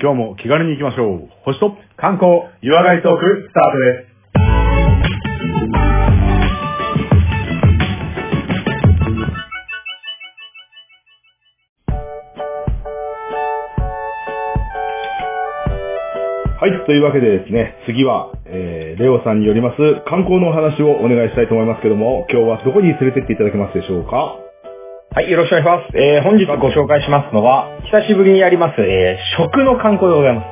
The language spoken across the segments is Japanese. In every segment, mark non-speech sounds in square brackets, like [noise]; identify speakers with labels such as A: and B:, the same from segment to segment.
A: 今日も気軽に行きましょう。星と
B: 観光、岩貝トーク、スタートです。
A: はい、というわけでですね、次は、えー、レオさんによります観光のお話をお願いしたいと思いますけども、今日はどこに連れてっていただけますでしょうか
B: はい、よろしくお願いします。えー、本日ご紹介しますのは、久しぶりにやります、えー、食の観光でございます。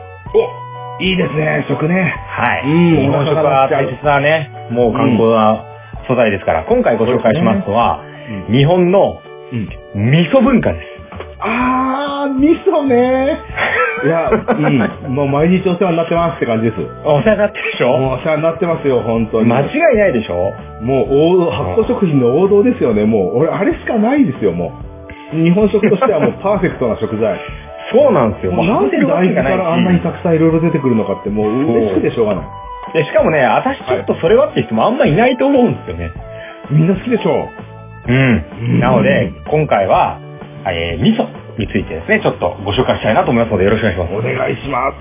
A: おいいですね、食ね。
B: はい。
A: うん
B: 日本食は大切なね、もう観光な素材ですから、今回ご紹介しますのは、
A: う
B: 日本の
A: ん。
B: 味噌文化です。
A: あー、味噌ね。いや、 [laughs] うん。もう毎日お世話になってますって感じです。
B: お世話になってるでしょ
A: もうお世話になってますよ、本当に。
B: 間違いないでしょ
A: もう王道、発酵食品の王道ですよね。もう、俺、あれしかないですよ、もう。日本食としてはもうパーフェクトな食材。
B: そうなん [laughs] ですよ。
A: もうなんで
B: 外
A: 大
B: せ
A: 豆
B: るわ
A: か
B: け
A: らあんなに
B: が
A: たくさんいろいろ出てくるのかって、もう嬉しくてしょうがない。
B: いし。で、しかもね、私ちょっとそれはって人もあんまいないと思うんですよね。
A: みんな好きでしょ
B: うん。なので、今回は、えー、味噌についてですね、ちょっとご紹介したいなと思いますので、よろしくお願いします。
A: お願いします。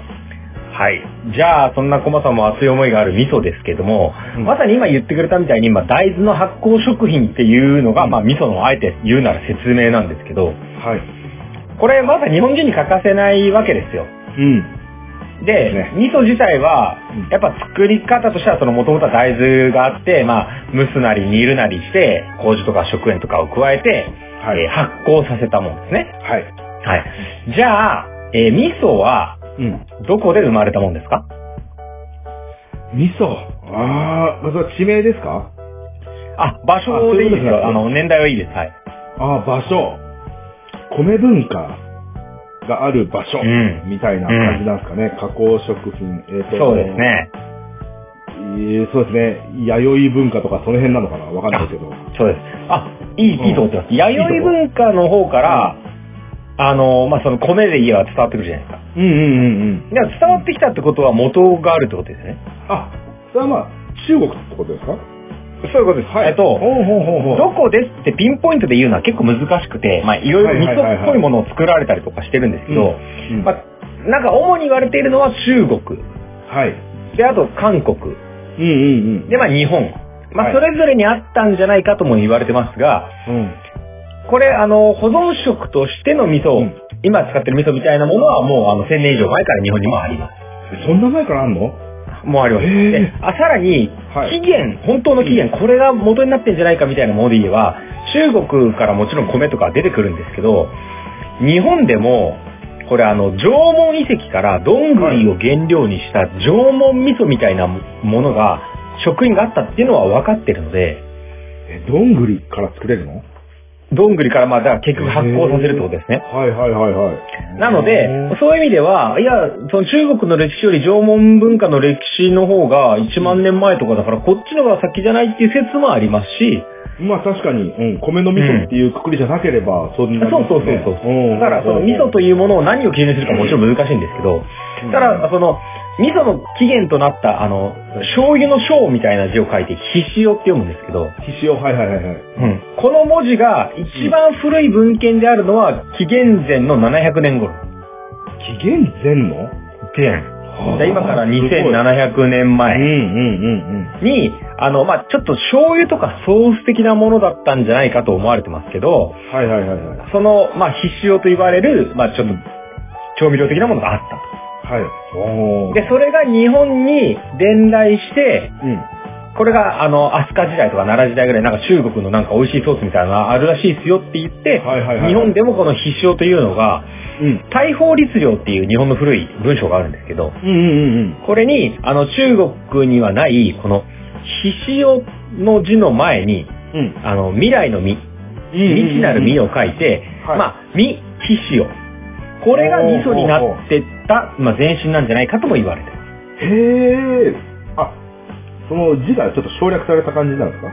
B: はい。じゃあ、そんな駒さんも熱い思いがある味噌ですけども、
A: うん
B: まさに今言ってくれたみたいに、まあ、大豆の発酵食品っていうのが、
A: うん
B: まあ、味噌のあえて言うなら説明なんですけど、
A: はい。
B: これまだ日本人に欠かせないわけですよ。
A: うん。
B: で、
A: ね
B: 味噌自体は
A: うん、
B: やっぱ作り方としては、その元々は大豆があって、まあ、蒸すなり煮るなりして、麹とか食塩とかを加えて、
A: はい
B: えー発酵させたもんですね。
A: はい。
B: はい。じゃあ、えー味噌は、
A: うん。
B: どこで生まれたもんですか
A: 味噌。あー、まずは地名ですか
B: あ、場所でいいで
A: あそういうことで
B: す
A: すね
B: よ。あの、年代はいいです。はい。
A: あー、場所。米文化がある場所。
B: うん
A: みたいな感じなんですかね。加工食品。えっ、と。
B: そうです。ね。
A: えーそうですね。弥生文化とかその辺なのかなわかんないですけど。
B: そうです。あ、いい、
A: うん
B: いいと思ってます。
A: いいとこ
B: 弥生文化の方から、あの、まあ、その米で言えば伝わってくるじゃないですか。
A: うんうんうんうん。
B: だから伝わってきたってことは元があるってことですね。
A: あ、それはまあ、中国ってことですか
B: そういうことです。えっと、
A: ほうほうほうほう。
B: どこですってピンポイントで言うのは結構難しくて、まあ、いろいろ味噌っぽいものを作られたりとかしてるんですけど、
A: うん
B: まあ、なんか主に言われているのは中国、
A: はい。
B: で、あと韓国、
A: うんうんうん。
B: で、まあ日本。ま
A: はい
B: あそれぞれにあったんじゃないかとも言われてますが、
A: うん。
B: これ、あの、保存食としての味噌、
A: うん
B: 今使ってる味噌みたいなものはもう、あの、1000年以上前から日本にもありま
A: そんな前からあんの
B: す。もうありま
A: へ
B: す。
A: ー
B: で、あ、さらに
A: は、い
B: 起源、本当の起源、これが元になってんじゃないかみたいなもので言えば、中国からもちろん米とか出てくるんですけど、日本でも、これあの、縄文遺跡からどんぐりを原料にした縄文味噌みたいなものが、食品があったっていうのは分かってるので、
A: え、どんぐりから作れるの
B: どんぐりからまあ、だから結局発酵させるってことですね。
A: はいはいはいはい。
B: なの
A: うん
B: で、そういう意味では、いや、その中国の歴史より縄文文化の歴史の方が1万年前とかだから、こっちの方が先じゃないっていう説もありますし、
A: まあ確かに、うん、米の味噌っていうくくりじゃなければ、そんな、
B: そうそうそうそう。
A: うん。
B: だから、その味噌と
A: い
B: いうものを何を基準にするかもちろん難しいんですけど、
A: うん
B: ただ、その、味噌の起源となった、あの、醤油の醤みたいな字を書いて、ひしおって読むんですけど、
A: うん。ひしお、はいはいはいはい。
B: うんこの文字が一番古い文献であるのは、紀元前の700年頃。
A: 紀元前の
B: で今から2700年
A: う
B: 前。
A: んうんうんうん。
B: に、あの、まあ、ちょっと醤油とかソース的なものだったんじゃないかと思われてますけど、
A: はいはいはいはい。
B: その、まあ、必塩と言われる、まあ、ちょっと、調味料的なものがあった
A: はい。お
B: と。
A: ー
B: で、それが日本に伝来して、
A: うん。
B: これが、あの、飛鳥時代とか奈良時代ぐらい、なんか中国のなんか美味しいソースみたいなのがあるらしいですよって言って、
A: はいはいはい
B: 日本でもこの必塩というのが、
A: うん。
B: 大法律令っていう日本の古い文章があるんですけど、
A: うんうんうん。
B: これに、あの、中国にはない、この、必塩の字の前に、
A: うん。
B: あの、未来の未、未知なる未を書いて、
A: はい
B: まあ、未知しよ。これが味噌になってった、まあ、前身なんじゃないかとも言われて
A: へ
B: る。
A: え。あ、その字がちょっと省略された感じなんですか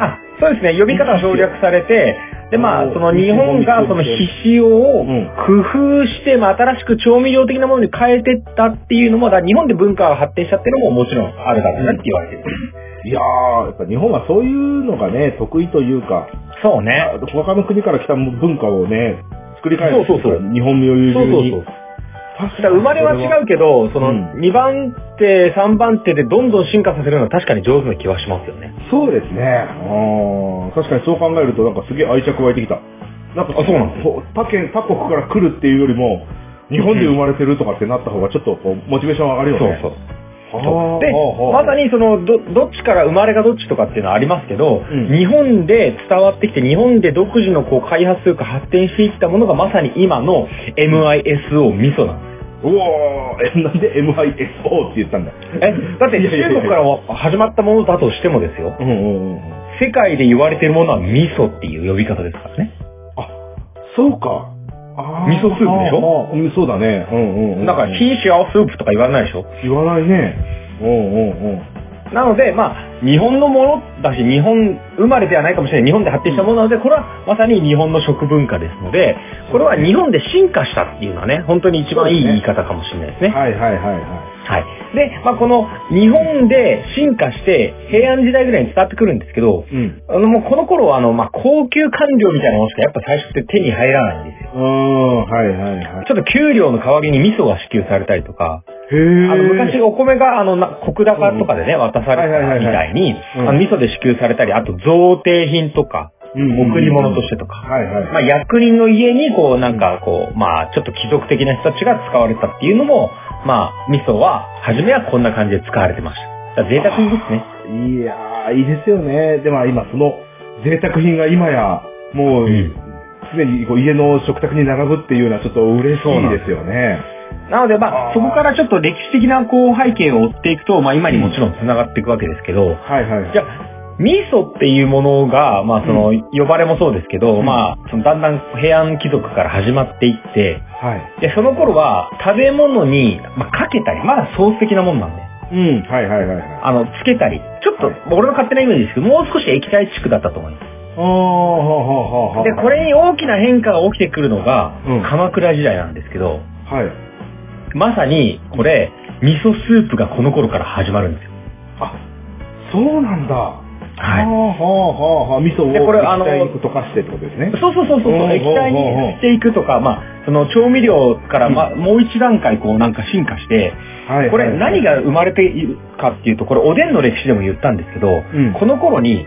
B: あ、そうですね。呼び方が省略されて、で、まあ
A: お、ー
B: その日本がその必死を
A: うん
B: 工夫して、まあ、新しく調味料的なものに変えてったっていうのも、だから日本で文化が発展したっていうのももちろんあるだろうなって言われてる。
A: いやー、やっぱ日本はそういうのがね、得意というか、
B: そうね。
A: 他の国から来た文化をね、作り変え
B: そうそうそう
A: 日本の余裕
B: そうそう
A: に
B: そう。
A: 確
B: だから生まれは違うけど、その
A: うん
B: 2番手、3番手でどんどん進化させるのは確かに上手な気はしますよね。
A: そうですね。あー確かにそう考えると、なんかすげえ愛着湧いてきた。なんか、
B: あそうなんです
A: ほ他県、他国から来るっていうよりも、日本で生まれてるとかってなった方が、ちょっとこう、モチベーション上がるよね。
B: う。
A: あー
B: で
A: あー、
B: まさ、にそのど、どっちから生まれがどっちとかっていうのはありますけど、
A: うん
B: 日本で伝わってきて、日本で独自のこう開発というか発展していったものがまさに今の MISO ミソなんです。
A: うおーえ、なんで MISO って言ったんだ。
B: え、だって
A: いやいやいや
B: 中国からは始まったものだとしてもですよ、
A: うんうんうん。
B: 世界で言われてるものはミソっていう呼び方ですからね。
A: そうか。あ
B: 味噌スープでしょ
A: ょうん、そうだね。うんうんうん。
B: だから、ヒーシュアオスープとか言わないでしょ。
A: 言わないね。うんうんうん。
B: なので、まあ、日本のものだし、日本生まれではないかもしれない、日本で発展したものなので、これはまさに日本の食文化ですので、これは日本で進化したっていうのはね、本当に一番いい言い方かもしれないですね。
A: はいはいはいは
B: はい。で、まあ、この日本で進化して、平安時代ぐらいに伝わってくるんですけど、
A: い。うん。
B: あの、もうこの頃は、あの、まあ、高級官僚みたいなものしかやっぱ最初って手に入らないんですよ。
A: うーん、はいはいはい。
B: ちょっと給料の代わりに味噌が支給されたりとか、
A: へ
B: あ
A: ー
B: の昔お米があのな国高とかでね、渡され
A: はいはいはいは
B: た
A: い
B: みたいに、
A: うん
B: あの味噌で支給されたり、あと贈呈品とか、贈り物としてとか、
A: はいはい。
B: まあ、役人の家にこうなんかこう、まあちょっと貴族的な人たちが使われたっていうのも、まあ味噌は初めはこんな感じで使われてました。だから贅沢品ですね。
A: いやー、いいですよね。でも今、その贅沢品が今や、もう、
B: うん
A: 常にこう家の食卓に並ぶっていうのはちょっと嬉しいですよね。
B: なので
A: あ
B: ま
A: ー
B: あそこからちょっと歴史的なこう背景を追っていくと、まあ今にもちろん繋がっていくわけですけど、
A: はいはい。
B: じゃあ、ミソっていうものが、まあその、呼ばれもそうですけど、
A: うん
B: まあ、そのだんだん平安貴族から始まっていって、
A: はい。
B: で、その頃は食べ物に、まあ、かけたり、まだソース的なもんなんで、
A: うん。はいはいはいはい。あ
B: あの、つけたり、ちょっと、
A: はい
B: 俺の勝手なイメージですけど、もう少し液体地区だったと思います。
A: ー、はははは
B: で、これに大きな変化が起きてくるのが、
A: うん
B: 鎌倉時代なんですけど、
A: はい。
B: まさに、これ、味噌スープがこの頃から始まるんですよ。
A: あ、そうなんだ。
B: は
A: はあ
B: い
A: はあはあはあ、味噌を
B: でこれあの
A: 液体に溶かしてってことですね。
B: そうそうそうそう
A: おうおうおうおう
B: 液体にしていくとか、まあ、その調味料から、まあ、もう一段階こうなんか進化して、
A: はい
B: これ何が生まれているかっていうと、これおでんの歴史でも言ったんですけど、
A: うん
B: この頃に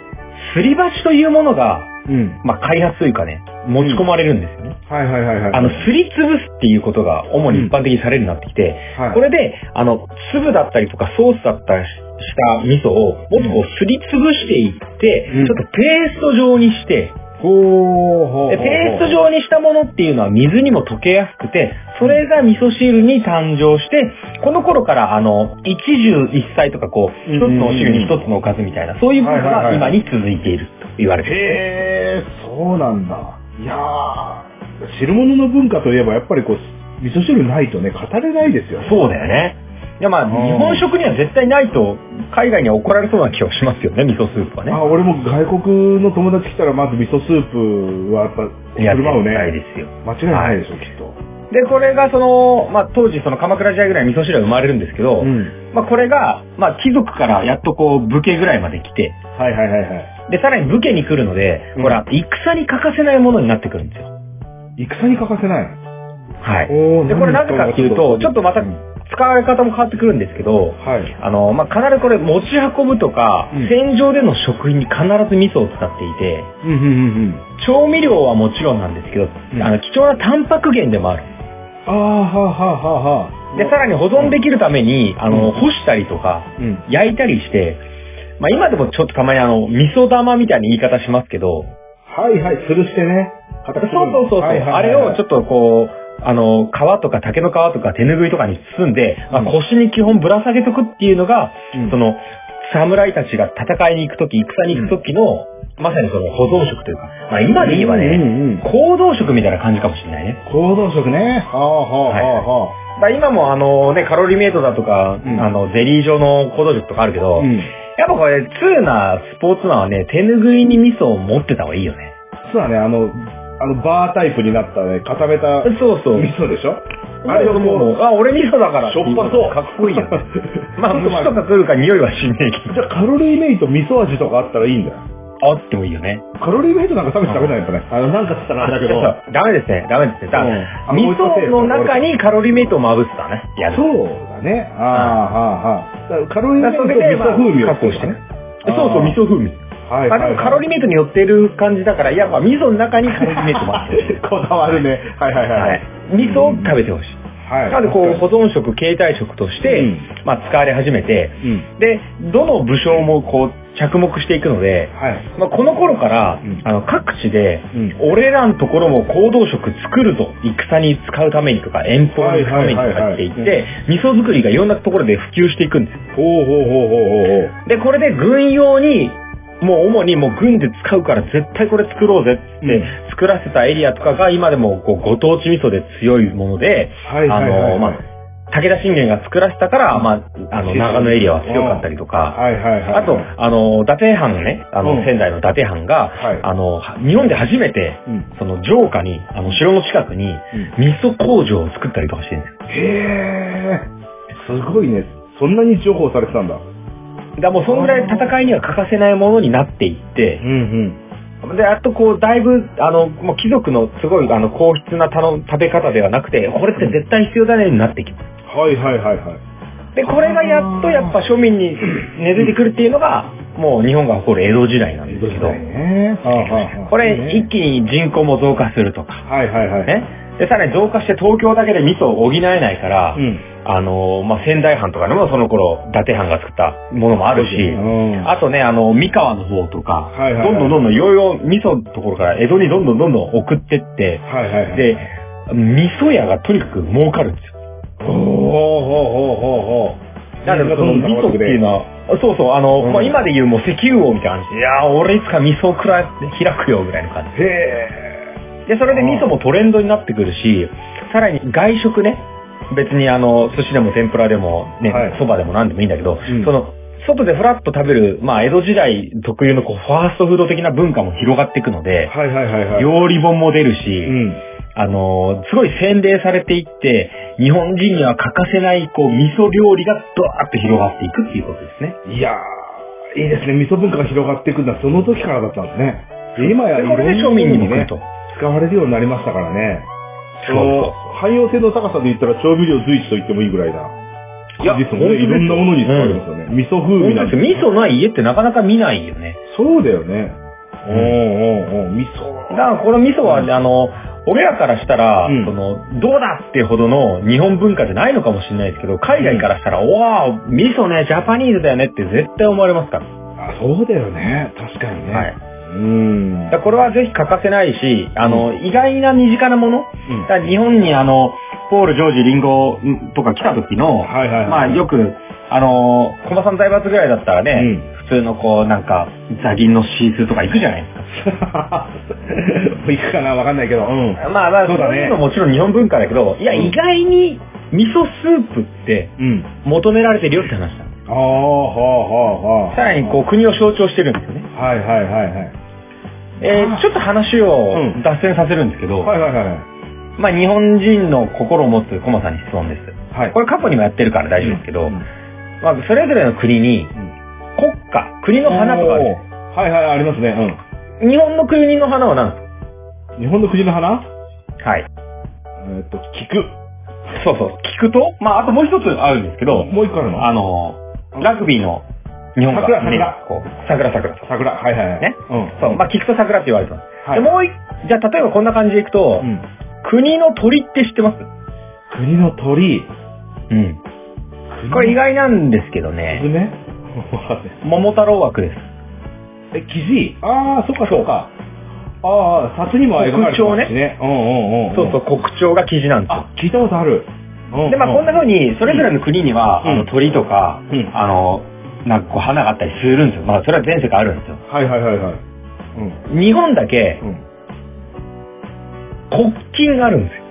B: すり鉢というものが、
A: うん。
B: まあ、開発というかね、持ち込まれるんですよね。
A: はいはいはいはい。
B: あの、すりつぶすっていうことが主に一般的にされるようになってきて、
A: はい
B: これで、あの、粒だったりとかソースだったりした味噌を、もっとこうすりつぶしていって、
A: うん
B: ちょっとペースト状にして、
A: ほうほうほうほう
B: で、ペースト状にしたものっていうのは水にも溶けやすくて、それが味噌汁に誕生して、この頃からあの、一汁一菜とかこう、
A: うん
B: 一つのお汁に一つのおかずみたいな、そういうこと
A: はいはい
B: が
A: はいは
B: 今
A: い
B: に続いていると言われてる。
A: へえ、そうなんだ。いやー、汁物の文化といえばやっぱりこう、味噌汁ないとね、語れないですよ。
B: そうだよね。いやまあ、
A: うん
B: 日本食には絶対ないと、海外には怒られそうな気はしますよね、味噌スープはね。
A: あ、俺も外国の友達来たらまず味噌スープはやっぱ、
B: いや、
A: 振る
B: 絶
A: 舞う
B: 対
A: ね。
B: ですよ。
A: 間違いないでしょ、きっと。
B: で、これがその、まあ当時その鎌倉時代ぐらいに味噌汁は生まれるんですけど、
A: ん。
B: まあこれが、まあ貴族からやっとこう、武家ぐらいまで来て、
A: はいはいはいはい。
B: で、さらに武家に来るので、
A: うん
B: ほら、戦に欠かせないものになってくるんですよ。
A: 戦に欠かせない。
B: はい。
A: おー
B: で、これなぜかっていうと、ちょっとまた
A: うん
B: 使われ方も変わってくるんですけど、
A: はい。
B: あの、まあ、必ずこれ持ち運ぶとか、
A: うん
B: 戦場での食品に必ず味噌を使っていて、
A: うんうんうんうん。
B: 調味料はもちろんなんですけど、
A: うん
B: あの、貴重なタンパク源でもある。
A: ああ、はあはあはあはあ。
B: で、さらに保存できるために、あ
A: う
B: の、
A: ん
B: 干したりとか、
A: うん。
B: 焼いたりして、まあ、今でもちょっとたまにあの、味噌玉みたいな言い方しますけど、
A: はいはい、吊るしてね。
B: そうそうそうそう。
A: はいはいはい
B: あれをちょっとこう、あの、皮とか竹の皮とか手ぬぐいとかに包んで、まあ
A: うん
B: 腰に基本ぶら下げとくっていうのが、
A: うん
B: その、侍たちが戦いに行くとき、戦に行くときの、まさにその保存食というか、まあ今で言えば
A: うん
B: ね、
A: うんうん
B: 行動食みたいな感じかもしれないね。
A: 行動食ね。はあはあはあは
B: だから今もあのね、カロリーメイトだとか、
A: うん
B: あの、ゼリー状の行動食とかあるけ
A: あ。
B: ど、
A: うん。
B: やっぱこれ、通なスポーツマンはね、手ぬぐいに味噌を持ってた方がいいよね。
A: 実はね、あの、あの、バータイプになったね、固めた味
B: そうそう。
A: 噌でしょ
B: あれはもう、あ、俺味噌だから。
A: しょっぱそう
B: かっ
A: [laughs]
B: こいいよね。まあ、
A: ちょっと待っ
B: 虫
A: て
B: とか来るから匂いはしねえけ
A: じゃあカロリーメイト味噌味とかあったらいいんだよ。
B: ど。あってもいいよね。
A: カロリーメイトなんか食べて食べないんですね。あの、なんかつったな、だけ [laughs] ど。
B: そうダメですね、ダメですね。だから
A: うん
B: 味噌の中にカロリーメイトをまぶすかね。やる。
A: そうだね。ああ、ああ、ああ。だからカロリーメイトと味噌風味を作るからね。
B: そうそう、味噌風味。
A: はい
B: あ
A: はい、
B: で
A: はい。
B: もカロリーメイトに寄ってる感じだから、いや、まあ味噌の中にカロリーメイトもあってほしい。
A: [laughs] こだわるね。はいはいはい。
B: はい。味噌を食べてほしい。
A: はい。
B: なので、こう、保
A: う、
B: 存食、携帯食として、
A: うん
B: まあ、使われ始めて、
A: うん。
B: で、どの武将もこう、着目していくので、
A: はい。
B: まあ、この頃から、
A: うん
B: あの、各地で、
A: うん
B: 俺らのところも行動食作るぞ。戦に使うためにとか、遠方に行くためにとかって言って、
A: はいはい
B: 味噌作りがいろんなところで普及していくんですよ。
A: ほうほうほうほうほうほう。
B: で、これで軍用に、もう主にもう軍で使うから絶対これ作ろうぜっつっ
A: う
B: て作らせたエリアとかが今でもこうご当地味噌で強いもので、
A: はいはいはいはい。
B: あのま武田信玄が作らせたから、まあ、あの、長野エリアは強かったりとか、
A: はいはいはい。
B: あと、あの、伊達藩のね、あ
A: うん
B: の、仙台の伊達藩が、
A: はい
B: あの、日本で初めて、
A: うん。
B: その城下に、あの、城の近くに、味噌工場を作ったりとかしてるんですよ。
A: へー。すごいね。そんなに重宝されてたんだ。う
B: だからもうそんぐらい戦いには欠かせないものになっていって、
A: ん
B: で、あとこう、だいぶ、あの、もう貴族のすごい、あの、硬質な頼食べ方ではなくて、これって絶対必要だねになってきます。
A: うん。はいはいはいはい。
B: で、これがやっとやっぱ庶民に根付いてくるっていうのが、もう日本が誇る江戸時代なんですけど、
A: ね。はあはあはあ
B: これ一気に人口も増加するとか、
A: はいはいはい。
B: ね。で、さらに増加して東京だけで味噌を補えないから、
A: うん。
B: あのー、まあ、仙台藩とかでもその頃、伊達藩が作ったものもあるし、
A: うん
B: あとね、あの、三河の方とか、
A: はいはいはい
B: どんどんどんどんいろいろ味噌のところから江戸にどんどんどんどん送ってって、
A: はいはいはい。
B: で、味噌屋がとにかく儲かるんですよ。
A: ほうほうほうほうほう。
B: なので、その味噌っていうのは、そうそう、あの、
A: うん
B: まあ、今で言うもう石油王みたいな話。いやー、俺いつか味噌くらい開くよ、ぐらいの感
A: へえ。
B: じ。で、それで味噌もトレンドになってくるし、さらに外食ね、別にあの、寿司でも天ぷらでもね
A: はい、
B: そば、でも何でもいいんだけ
A: う
B: ど、
A: ん
B: その、外でフラッと食べる、まあ、江戸時代特有のこう、ファーストフード的な文化も広がっていくので、
A: はいはいはいはい。
B: 料理本も出るし、
A: うん。
B: あのー、すごい洗礼されていって、日本人には欠かせない、こう、味噌料理がドワーッと広がっていくっていうことですね。
A: いやー、いいですね。味噌文化が広がっていくのはその時からだったんですね。で今や
B: で、これ
A: い
B: で
A: ろ
B: 庶
A: んな
B: 民に
A: ものね
B: も来ると。
A: 使われるようになりましたからね。
B: そうそう
A: の汎用性の高さで言ったら調味料随一と言ってもいいぐらいな。
B: いや
A: 感じですもんね。い
B: 本
A: ろん
B: 当ですよ
A: なものに使われますよね。味噌風味
B: 本
A: な
B: 当
A: ん
B: ですよ味噌ない家ってなかなか見ないよね。
A: そうだよね。お
B: うん
A: ーおーおー味
B: だ
A: 噌。
B: からこの味噌は、
A: うん
B: あの、俺らからしたら、
A: うん
B: その、どうだってほどの日本文化じゃないのかもしれないですけど、海外からしたら、おわー味噌ね、ジャパニーズだよねって絶対思われますから。
A: あ、そうだよね。確かにね。
B: はい。
A: うん。
B: だからこれはぜひ欠かせないし、あの、意外な身近なもの
A: うん
B: だから日本にあの、ポール、ジョージ、リンゴとか来た時の、
A: はいはいはい。
B: まあよく、あの、小馬さん財閥ぐらいだったらね、
A: う
B: 普通のこう、なんか、ザギンのシースーとか行くじゃな
A: [laughs]
B: いですか。
A: もういくかなわかんないけど。うん。
B: まあまあ、
A: そうだね
B: いうのもちろん日本文化だけど、いや、
A: うん
B: 意外に味噌スープって
A: うん。
B: 求められてるよって話だ。
A: ああ、はあ、はあ、はあ。
B: さらにこう、国を象徴してるんですよね。
A: はいはいはいはい。
B: えーちょっと話を
A: うん
B: 脱線させるんですけど、
A: はいはいはいはい。
B: まあ日本人の心を持つ小馬さんに質問です。
A: はい。
B: これ過去にもやってるから大丈夫ですけど、
A: うん
B: まあ、それぞれの国に
A: うん
B: 国家、国の花とかあるじゃない
A: おーはいはい、ありますね。
B: 日本の国の花は何で
A: うん。日本の藤の花
B: すかはい。
A: えーっと、菊。
B: そうそう。聞くと、まあ、あともう一つあるんですけど、
A: もう一個あるの
B: あの、ラグビーの日本が、
A: 桜桜
B: こう桜桜と。
A: 桜。はいはいはい。
B: ね。
A: うん。
B: そう、まあ、聞くと桜って言われてます。
A: はい。
B: でもう一、じゃあ例えばこんな感じでいくと、
A: うん
B: 国の鳥って知ってます
A: 国の鳥。
B: うん。
A: 国の
B: これ意外なんですけどね、 [laughs]
A: ね。
B: 桃太郎枠です。
A: え、キジああ、そっかそっか。ああ、札にも描かれてますしね。うんうんうん。
B: そうそう、。国鳥が生地なんですよ。
A: あ、聞いたことある。うん
B: で、まあ、こんな風に、それぞれの国には、
A: うん
B: あの、鳥とか、
A: うん
B: あの、なんかこう、花があったりするんですよ。まあ、それは全世界あるんですよ。
A: はいはいはいはい。うん。
B: 日本だけ、
A: うん。
B: 国金があるんですよ。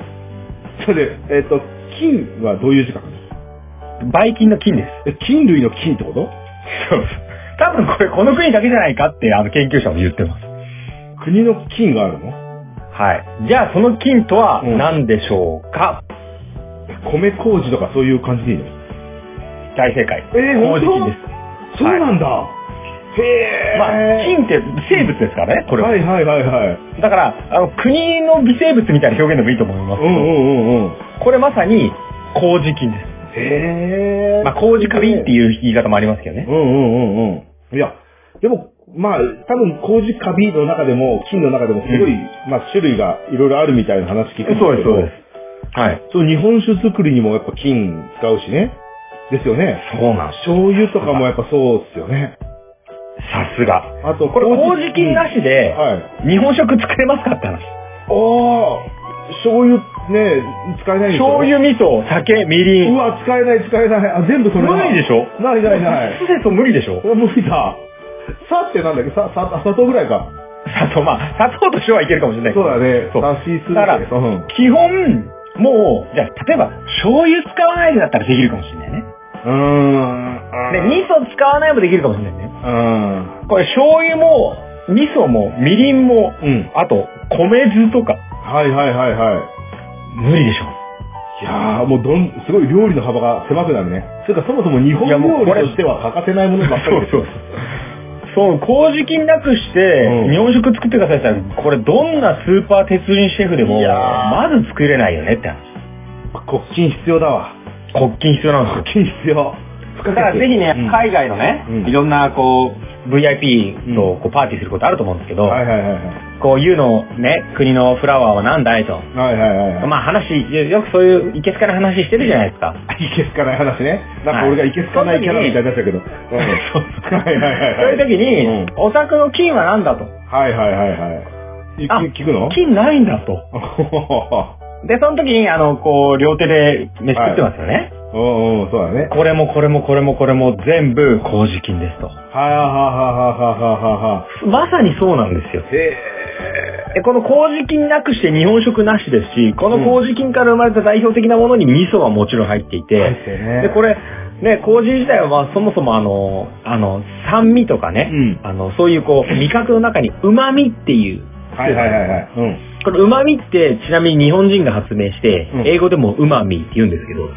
A: それで、えっ、と、金はどういう字書くの
B: バイ金の金です。
A: え菌類の菌ってこと
B: そう多分これ、この国だけじゃないかって、あの、研究者も言ってます。
A: 国の菌があるの
B: はい。じゃあ、その金とは
A: うん
B: 何でしょうか、
A: え米麹とかそういう感じでいいの
B: 大正解。
A: えー本当
B: 麹金です。
A: そうなんだ、へえ。
B: まあ、菌って生物ですからね、これは。
A: はいはいはいはい。
B: だから、あの、国の微生物みたいな表現でもいいと思います
A: う
B: け
A: ん
B: ど、
A: うんうんうん。
B: これまさに、麹菌です。
A: へえ。
B: まあ、麹カビっていう言い方もありますけどね
A: う。んうんうんうん。いや、でも、まあ、多分、麹カビの中でも、菌の中でも、すごい、
B: う
A: まあ、種類がいろいろあるみたいな話聞くんですけど。
B: そうです、そうです。はい。
A: そう、日本酒作りにもやっぱ菌使うしね。ですよね。
B: そうなんです。
A: 醤油とかもやっぱそうですよね。
B: さすが。
A: あと、
B: これ、麹菌な
A: し。
B: しで、
A: はい。
B: 日本食作れますかって話。
A: おー、醤油ね、使えないんですよ。
B: 醤油、味噌、酒、みり。
A: うんわ、使えない使えない。あ、全部それ
B: 無理で
A: し
B: しょ
A: ょ。ないないない。
B: [laughs] スセソ無理でしょ
A: これ無理だ。さってなんだっけさ、さ、砂糖ぐらいか。
B: 砂糖、まあ、砂糖と塩はいけるかもしれないけ
A: そ
B: ど
A: うだね。
B: そう
A: だしする
B: だから
A: うん。
B: 基本、もう、じゃあ例えば、醤油使わないでだったらできるかもしれないね。
A: うーん。
B: で、味噌使わないもできるかもしれないね。
A: うん。
B: これ、醤油も、味噌も、みりんも、
A: うん。
B: あと、米酢とか、
A: はいはいはいはい。
B: 無理でしょ。
A: いやー、もうどん、すごい料理の幅が狭くなるね。つうか、そもそも日本
B: いやもうこ
A: 料
B: れ
A: 理としては欠かせないものばっかりですよ。
B: そう、麹菌なくして、
A: うん
B: 日本食作ってくださいって言ったら、これどんなスーパー鉄人シェフでも、
A: いやー
B: まず作れないよねって話。
A: 国金必要だわ。
B: 国菌必要なんで
A: 国。
B: すよ
A: 金必要。不可
B: だからぜひね、
A: うんはい
B: 海外のね、
A: うん
B: いろんなこう、VIP とこうパーティーすることあると思うんですけど、
A: はいはいはい。
B: こう、いうのね、国のフラワーはなんだいと。
A: はいはいはいはい。
B: まあ話、よくそういういけつかない話してるじゃないですか。
A: いけすかない話ね。なんか俺がいけすかないキャラみたいになっちゃうけど。うん
B: そう
A: はいはいはい
B: そういう
A: はい。
B: 時に、
A: うん
B: お宅の菌は何だと。
A: はいはいはいはい。い
B: あ
A: 聞くの [laughs]
B: 菌ないんだと。で、その時に、あの、こう、両手で飯食ってますよね。
A: うんうん、そうだね。
B: これもこれもこれもこれも全部麹菌ですと。
A: はあはあはあはあはあはあはあ。
B: まさにそうなんですよ。
A: へ
B: でこの麹菌なくして日本食なしですし、この麹菌から生まれた代表的なものに味噌はもちろん入ってい
A: え。入
B: て、
A: ってね
B: で、これ、ね、麹自体はまあそもそもあの、あの、酸味とかね、
A: うん
B: あの、そういうこう、味覚の中に旨味っていう、
A: はいはいはいはい。うん。
B: この旨味ってちなみに日本人が発明して、
A: うん
B: 英語でも旨味って言うんですけど、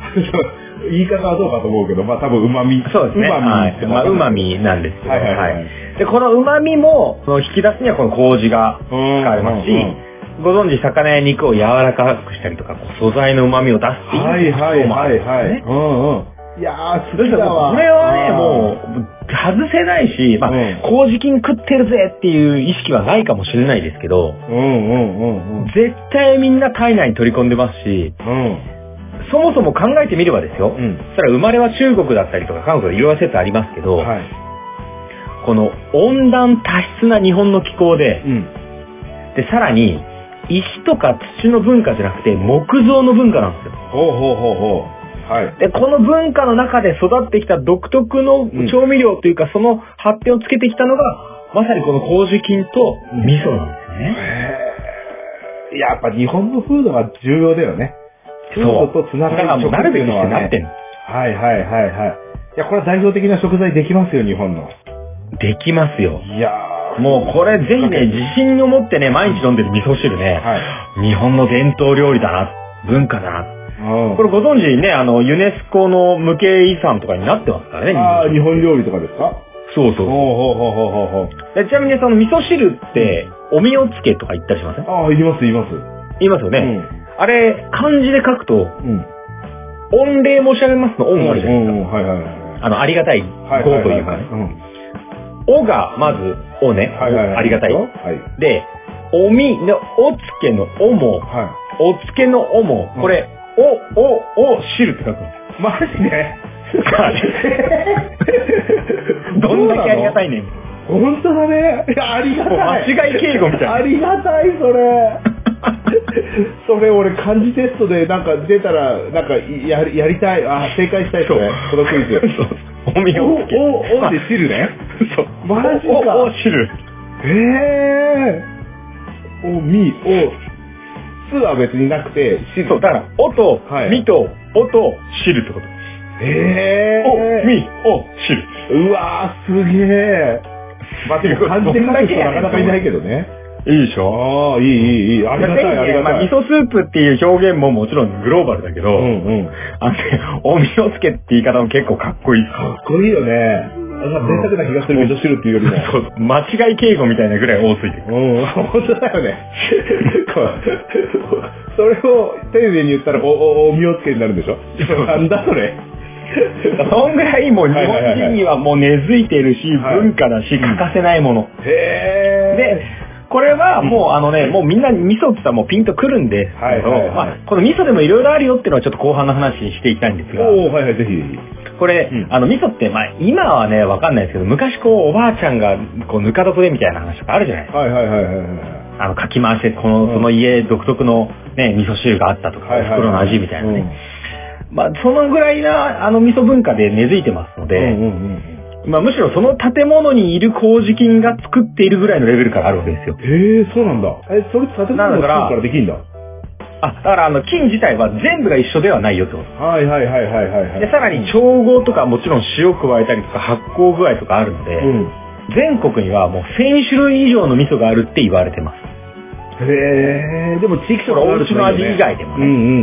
A: 言い方はどうかと思うけど、まあ多分旨味。
B: そうですね。
A: 旨
B: はい。
A: 味。
B: まあ、旨。味なんですけど、
A: はいはいはい
B: で、この旨味も、その引き出すにはこの麹が
A: う
B: 使
A: ん。
B: われますし
A: うん、
B: ご存知、魚や肉を柔らかくしたりとか、こう素材の旨味を出すっていう。
A: はいはいはいはい。
B: ね
A: うんうん。いやー、
B: どうしたらこれはね、もう、外せないし、まあ
A: うん、
B: 麹菌食ってるぜっていう意識はないかもしれないですけ
A: う。う
B: ど、
A: んうんうんうん。
B: 絶対みんな体内に取り込んでますし、
A: うん。
B: そもそも考えてみればですよ、
A: うん
B: それは生まれは中国だったりとか韓国とかいろいろ説ありますけど、
A: はい。
B: この温暖多湿な日本の気候で、
A: うん。
B: で、さらに、石とか土の文化じゃなくて、木造の文化なんですよ。
A: ほうほうほうほう。はい。
B: で、この文化の中で育ってきた独特の
A: ん
B: 調味料というか、その発展をつけてきたのが、まさにこの麹菌と味噌なんですよね。
A: やっぱ日本の風土は重要だよね。風土とつな
B: だか
A: が
B: ら
A: る
B: もう
A: 食
B: な
A: って
B: る
A: い
B: べく
A: う
B: し
A: のは
B: て
A: ね。
B: なってんの
A: はいはいはいはい。いや、これは代表的な食材できますよ、日本の。
B: できますよ。
A: いやー。
B: もうこれぜひね、自信を持ってね、毎日飲んでる味噌汁ね、
A: はい。
B: 日本の伝統料理だな、文化だな。
A: うん
B: これご存知ね、あの、ユネスコの無形遺産とかになってますからね、
A: ああ、
B: 日
A: 日
B: 本
A: 本料理とかですか
B: そうそ
A: ほう
B: う
A: ほうほうほうほうほう。
B: でちなみにその味噌汁って、おみをつけとか言ったりしません
A: ああ、いります、いります。
B: 言いますよね。
A: うん
B: あれ、漢字で書くと、
A: うん。
B: 御礼申し上げますの
A: う
B: 恩
A: ん、
B: があ
A: う
B: るじゃないですか。
A: ん、はいはいはい。
B: あの、ありがたい語
A: はい
B: というかね。おが、まず、おね。
A: はいはいはい。
B: ありがたい。
A: はい。
B: で、おみの、おつけのおも、
A: は
B: おつけのおも、これ、お、お、お、汁って書くんで
A: い。
B: す
A: マジで
B: [laughs] どんだけありがたいねん。
A: 本当だね。いやありがたい。
B: 間違い敬語みた
A: あ
B: いな。
A: りがたい、それ。
B: [laughs]
A: それ俺漢字テストでなんか出たら、なんかやりやりたい。あ、正解したいですね。このクイズ。
B: [laughs] そうおみ
A: お、
B: をつけ。
A: お、おで汁ね。
B: そう。
A: マジか
B: お、お、汁。
A: へえー。お、み、お、すは別になくて、し
B: そう、だから、おと、
A: はい
B: みと、おと、汁ってこと。
A: へえ
B: お、
A: ー。
B: み、お、汁。
A: うわー、すげえ。まあ、でも漢字で書く人なかなかいないけどね。
B: いいでしょ
A: ああ、いい、いい、いい。ありがたい、ありが
B: ま
A: た
B: あ、味
A: い。
B: 噌スープっていう表現ももちろんグローバルだけど、
A: うんうん。
B: あのね、おみをつけって言い方も結構かっこいい。
A: かっこいいよね。なんか贅沢な気がするけど、汁っていうよりも。
B: そう間違い敬語みたいなぐらい多すぎてくる。
A: うん、 [laughs] 本当だよね。こうそれを丁寧に言ったら、お、お、お、身をつけになるんでしょなんだそ [laughs] れ。
B: そんぐらいもう日本人にはもう根付いているし、
A: はい
B: 文化だし、欠かせないもの。
A: へ
B: で、これはもうあのね、もうみんな味噌って言ったらもうピンとくるんです
A: は
B: け
A: い
B: ど、
A: はいはい
B: まあこの味噌でもいろいろあるよっていうのはちょっと後半の話にしていきたいんですが、
A: おー、はいはい、ぜひ。
B: これ、
A: うん
B: あの味噌ってまあ今はね、わかんないですけど、昔こうおばあちゃんがこうぬか床でみたいな話とかあるじゃないですか。
A: はいはいはいはいはい。
B: あの、かき回して、この、
A: うん
B: その家独特のね、味噌汁があったとか、
A: はいはいはい
B: お袋の味みたいなね。まあ、そのぐらいな、あの味噌文化で根付いてますの
A: うんう
B: で、
A: んうんうん。
B: まあ、むしろその建物にいる麹菌が作っているぐらいのレベルからあるわけですよ。
A: へえ、そうなんだ。え、それ建物の
B: だ
A: 中か
B: か
A: ららできんだ。
B: あ、だからあの、菌自体は全部が一緒ではないよってこと。
A: はいはいはいはいはいはい。
B: で、さらに調合とかもちろん塩加えたりとか発酵具合とかあるので、
A: うん。
B: 全国にはもう1000種類以上の味噌があるって言われてます。
A: へえ、でも地域とかあるといいよね
B: お家の味以外でもね
A: うんうんうんう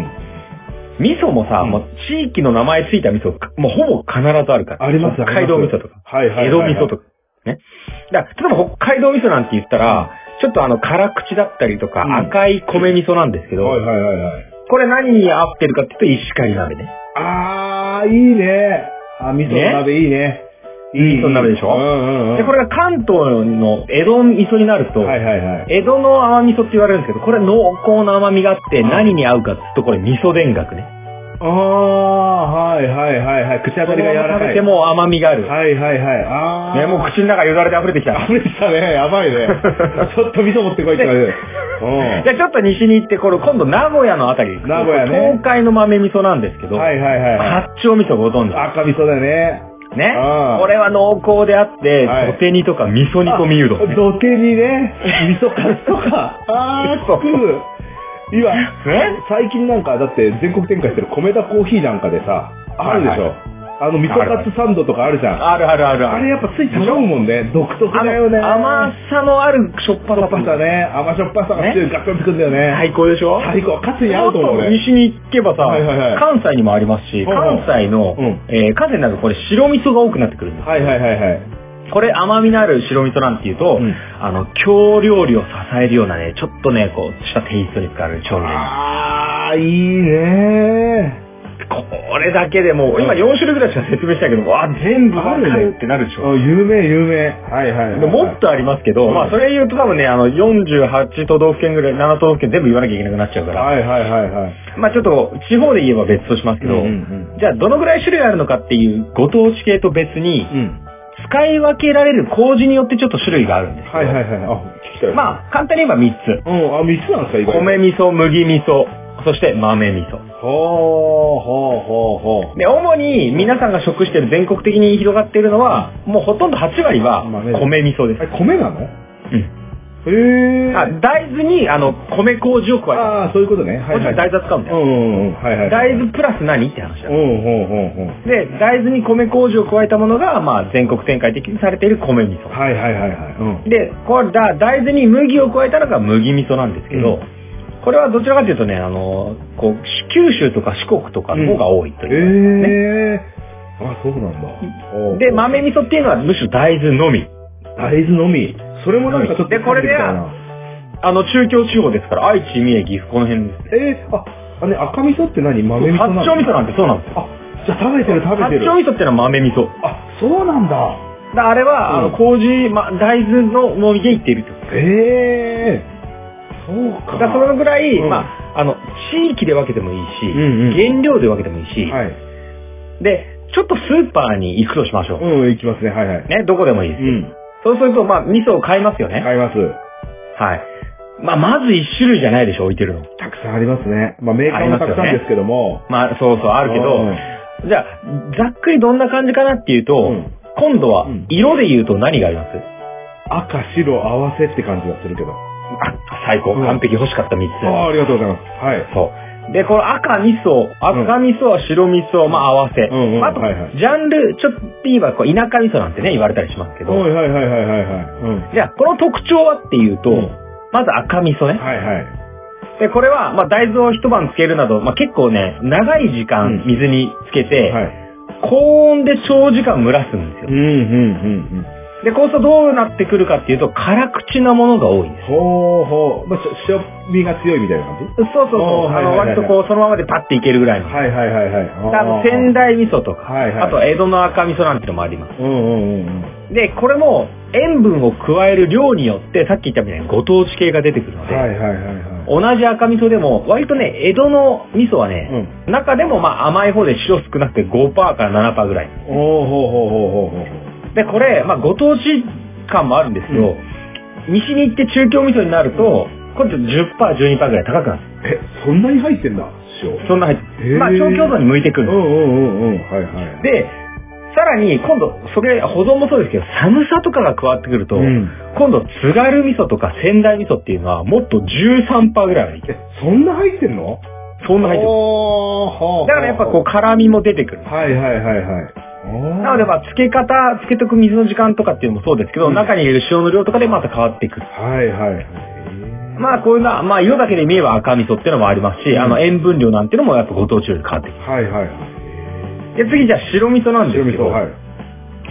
A: ん。
B: 味噌もさ、
A: うん
B: もう地域の名前ついた味噌、もうほぼ必ずあるから。
A: あります
B: 北海道味噌とか。。
A: ありますはいはいはい
B: 江戸
A: はい。
B: 味噌とか。ね。だから、例えば北海道味噌なんて言ったら、ちょっとあの、辛口だったりとか、
A: うん
B: 赤い米味噌なんですけど、
A: はいはいはいはい。
B: これ何に合ってるかって言うと、石狩鍋ね。
A: あー、いいね。あ、味噌鍋いいね。いい
B: 味噌鍋でしょ
A: うんうんうん。
B: で、これが関東の江戸味噌になると、
A: はいはいはい。
B: 江戸の甘味噌って言われるんですけど、これ濃厚な甘みがあって、何に合うかって言うと、これ味噌田楽ね。
A: あー、はいはいはいはい。口当たりが柔ら
B: 食
A: か
B: べ
A: い。
B: ても甘みがある。
A: はいはいはい。あー。
B: ね、もう口の中よだれで溢れてきた。
A: 溢れてたね。やばい [laughs] ね。ちょっと味噌持ってこいって感じで。うん
B: じ。ゃあちょっと西に行って、これ今度名古屋のあたり行くと
A: 名古屋ね
B: 東海の豆味噌なんですけど、
A: はいはいはいはい。
B: 八丁味噌ご存知
A: 赤味噌だよね。
B: ね
A: うん。
B: これは濃厚であって、
A: はい
B: 土手煮とか味噌煮込みうどんね、
A: 土手にね、味噌カツとか。 [laughs] あー、
B: そう
A: つく。今、
B: ね
A: 最近なんか、だって全国展開してる米田コーヒーなんかでさ、あるでし
B: はい
A: ょ
B: は。
A: あの、味噌カツサンドとかあるじゃん。
B: あるあるある
A: あ
B: あ
A: れ
B: る。
A: やっぱつい頼むもんね。独特だよね。
B: あの甘さのあるしょっぱ
A: しょ
B: さ
A: っぱさね。甘しょっぱさが強いガツンつくんだよね。
B: 最高でしょ
A: 最高。カツに合うと思う
B: もっ
A: ね。
B: 西に行けばさ、
A: はいはいはい
B: 関西にもありますし、
A: ほうほう
B: 関西の、
A: うん
B: えー関西になるとこれ白味噌が多くなってくるんですよ
A: はいはいはいはい。
B: これ甘みのある白味噌なんていうと、
A: うん
B: あの、京料理を支えるようなね、ちょっとね、こう、したテイストに使われる調味料。
A: あー、いいね。
B: これだけでもう、今
A: うん
B: 4種類ぐらいしか説明したけど、わあ、全部わかるってなるでし
A: あ
B: ょ。
A: 有名有名。はいはいはい。
B: でもっとありますけど、
A: うん
B: まあそれ言うと多分ね、あの、48都道府県ぐらい、7都道府県全部言わなきゃいけなくなっちゃうから、
A: はいはいはいはい。
B: まあちょっと地方で言えば別としますけど、
A: うんうん
B: じゃあどのぐらい種類あるのかっていうご当地系と別に
A: う、ん。
B: 使い分けられる麹によってちょっと種類があるんですけど、
A: はいはいはい。あ、聞きたい。あ。
B: まあ簡単に言えば3つ。
A: うん、あ、三つなんですか、意外と。
B: 米味噌、麦味噌、そして豆味噌。
A: ほうほうほうほ
B: で、主に皆さんが食してる全国的に広がっているのは、もうほとんど8割は
A: まあね
B: 米味噌で
A: う。
B: す。
A: え、米なのへ
B: うん
A: え。
B: あ大豆にあの米麹を加えた。
A: あー、そういうことね。はい
B: もち
A: はい。
B: ろん大豆は使うんだよ。
A: うんうんうん。はいはい。
B: 大豆プラス何って話だ
A: う
B: よ。
A: んうんうんうん。
B: で、大豆に米麹を加えたものが、まあ、全国展開的にされている米味噌。
A: はいはいはいはい。うん。
B: で、これだ、大豆に麦を加えたのが麦味噌なんですけ
A: う
B: ど、
A: ん
B: これはどちらかというとね、あの、こう、九州とか四国とかの方が多いとい
A: へ
B: う。
A: え。あ、そうなんだ。ほう
B: で、豆味噌っていうのはむしろ大豆のみ。
A: 大豆のみ。それもなんかちょっと。
B: でこれであの、中京地方ですから、愛知、三重、岐阜、この辺ですね。
A: えー、あ、あね、赤味噌って何
B: 八
A: 豆味噌なの
B: 丁味噌なんてそうなんですよ。
A: あ、じゃあ食べてる食べ
B: 八
A: てる
B: 丁。味噌ってのは豆味噌。
A: あ、そうなんだ。
B: だあれは、
A: うん
B: あの、麹、ま、大豆のもみでいっているってこと
A: ええそうか。
B: だからそれぐらい、
A: うん
B: まあ、あの、地域で分けてもいいし、
A: うんうん
B: 原料で分けてもいいし、
A: はい。
B: で、ちょっとスーパーに行くとしましょう。
A: うん、行きますね。はいはい。
B: ね、どこでもいいです。
A: うん。
B: そうすると、まあ、味噌を買いますよね。
A: 買います。
B: はい。まあ、まず一種類じゃないでしょ、置いてるの。
A: たくさんありますね。まあ、メーカーもたくさんですけども。
B: まあ、そうそう、あるけ
A: うん
B: ど、じゃあ、ざっくりどんな感じかなっていうと、
A: うん
B: 今度は
A: うん、
B: 色で言うと何があります、
A: 赤、白、合わせって感じがするけど。
B: あ、最高。
A: うん
B: 完璧欲しかった3つ。
A: ああ、ありがとうございます。はい。
B: そう。で、この赤味噌、赤味噌、白味噌、まあ合わせ。
A: うんうん
B: まああと、
A: はいはい
B: ジャンル、ちょっと言えばこう、田舎味噌なんてね、言われたりしますけ
A: は
B: ど。
A: いはいはいはいはいはい。うん。
B: じゃあ、この特徴はっていうと、
A: うん
B: まず赤味噌ね。
A: はいはい。
B: で、これは、まあ大豆を一晩つけるなど、まあ結構ね、長い時
A: う
B: 間
A: ん
B: 水につけて、
A: はい。
B: 高温で長時間蒸らすんです
A: うん、うん、うん、
B: よ。
A: うん。
B: で、こうするとどうなってくるかっていうと、辛口なものが多いんです。
A: ほうほう。まあ、しょ塩味が強いみたいな感じ
B: そうそうそう。
A: おーは
B: あ
A: いは
B: の、
A: いはいはい
B: 割とこう、そのままでパッていけるぐらいの。
A: はいはいはいはい。
B: であの、仙台味噌とか、
A: はいはい。
B: あと、江戸の赤味噌なんてのもあります。
A: うんうんうんうん。
B: で、これも塩分を加える量によって、さっき言ったみたいにご当地系が出てくるので、
A: はいはいはいはい。
B: 同じ赤味噌でも、割とね、江戸の味噌は
A: う
B: ね、
A: ん。
B: 中でもまあ甘い方で塩少なくて5%から7%ぐらい。
A: おーほうほうほうほうほう。
B: で、これ、まあご当地感もあるんですけど、西に行って中京味噌になると、これちょっと10%、12%ぐらい高くなる。
A: え、そんなに入ってんだ、塩。
B: そんな入っ
A: へ
B: て、
A: ー
B: まあ中京都に向いてく
A: うん
B: る
A: うん
B: で
A: んうんうん。はいはいはい。
B: す。で、さらに今度、それ保存もそうですけど、寒さとかが加わってくると、
A: うん
B: 今度、津軽味噌とか仙台味噌っていうのは、もっと13%ぐらいまでいける。
A: え、そんな入ってんの
B: そんな入ってる。
A: おーほう。
B: だからやっぱこう、辛みも出てくる。
A: う。はいはいはいはい。
B: なのでまあ、漬け方、漬けとく水の時間とかっていうのもそうですけど、
A: うん
B: 中に入れる塩の量とかでまた変わってくる。
A: あ。はいはいはい。
B: まあ、こういうのは、まあ、色だけで見れば赤味噌っていうのもありますし、
A: うん
B: あの、塩分量なんていうのもやっぱご当地より変わってく
A: あ。はいはいはい。
B: る。で、次じゃあ白味噌なんで
A: 白
B: す
A: 味
B: け
A: 噌、
B: ど、
A: はい。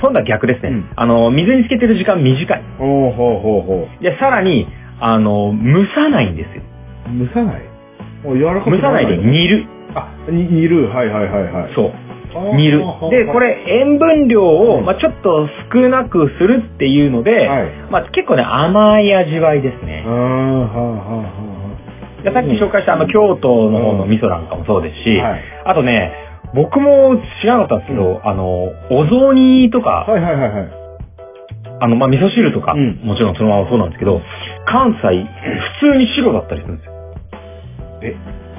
B: 今度は逆ですね。
A: うん
B: あの、水に漬けてる時間短い。
A: おーほうほうほ
B: で、さらに、あの、蒸さないんですよ。
A: う。蒸さないもう柔らかく
B: 蒸さないで煮る。
A: あ、に煮る。はいはいはいはい。
B: そう。
A: う
B: 煮る。で、こ、れ塩分量
A: う
B: を、
A: ん
B: まあ、ちょっと少なくするっていうので、
A: はい。
B: まあ、結構ね、甘い味わいですね
A: あー。はあはあは
B: でさっき紹介したあの、京都の方の味噌なんかもそうですし、
A: あ。はい。
B: あとね、僕も知らなかったんですけど、あの、お雑煮とか、
A: はいはいはいはい。
B: あの、まあ、味噌汁とか、
A: うん
B: もちろんそのままそうなんですけど、関西、普通に白だったりするんですよ。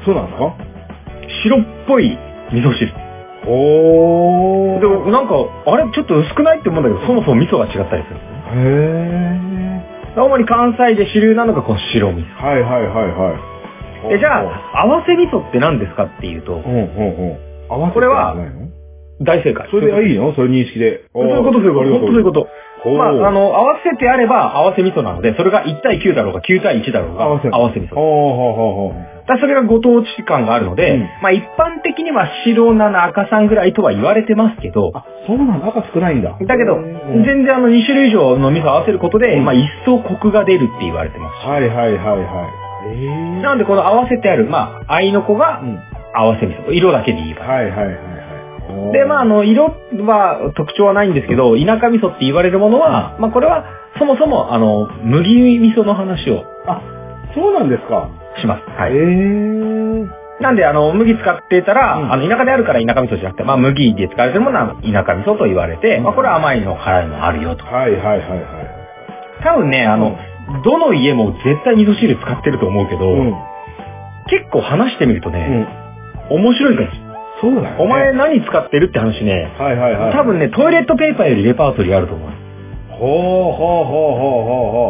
A: そうなんですか
B: 白っぽい味噌汁。
A: お
B: で、なんか、あれちょっと薄くないって思うんだけど、そもそも味噌が違ったりする。
A: へ
B: 主に関西で主流なのがこの白味
A: え。はいはいはいはい。
B: 噌。で、じゃ
A: あ、
B: あ、合わせ味噌って何ですかっていうと
A: うん、うんうん。合わせ
B: これは
A: てないの
B: 大正解。
A: それでいいのそれ認識で。
B: そういうこと、そういうこと、本当そういうこと。
A: と
B: まあ、あ、の、合わせてあれば合わせ味噌なので、それが1対9だろうが9対1だろうが
A: 合わせ
B: 合わせ味
A: おー
B: 噌。だか
A: ほうほうほうほ
B: らそれがご当地感があるので、
A: うん
B: まあ一般的には白7赤3ぐらいとは言われてますけど
A: う。、あ、そうなんだ。赤少ないんだ。
B: だけど、
A: うん
B: 全然あの2種類以上の味噌を合わせることで、
A: うん
B: まあ一層コクが出るって言われてます。
A: はいはいはいはい。ええ。
B: なのでこの合わせてある、まあ、愛の子が
A: うん。
B: 合わせ味噌。色だけで言えば。
A: はいはいはいはい。
B: で、まあ、あの、色は特徴はないんですけど、田舎味噌って言われるものは、まあ、これは、そもそも、あの、麦味噌の話を
A: あ、そうなんですか。
B: します。は
A: え
B: い。
A: え。
B: なんで、あの、麦使ってたら、
A: うん
B: あの、田舎であるから田舎味噌じゃなくて、まあ、麦で使われてるものは田舎味噌と言われて、
A: うん
B: まあ、これは甘いの、辛いのあるよと。
A: はいはいはいはい。
B: 多分ね、あの、どの家も絶対味噌汁使ってると思うけど、
A: うん。
B: 結構話してみると
A: う
B: ね、
A: ん。
B: 面白いです。
A: そうだよね。
B: お前何使ってるって話ね、
A: はいはいはい。
B: 多分ね、トイレットペーパーよりレパートリーあると思う。
A: ほうほうほうほうほ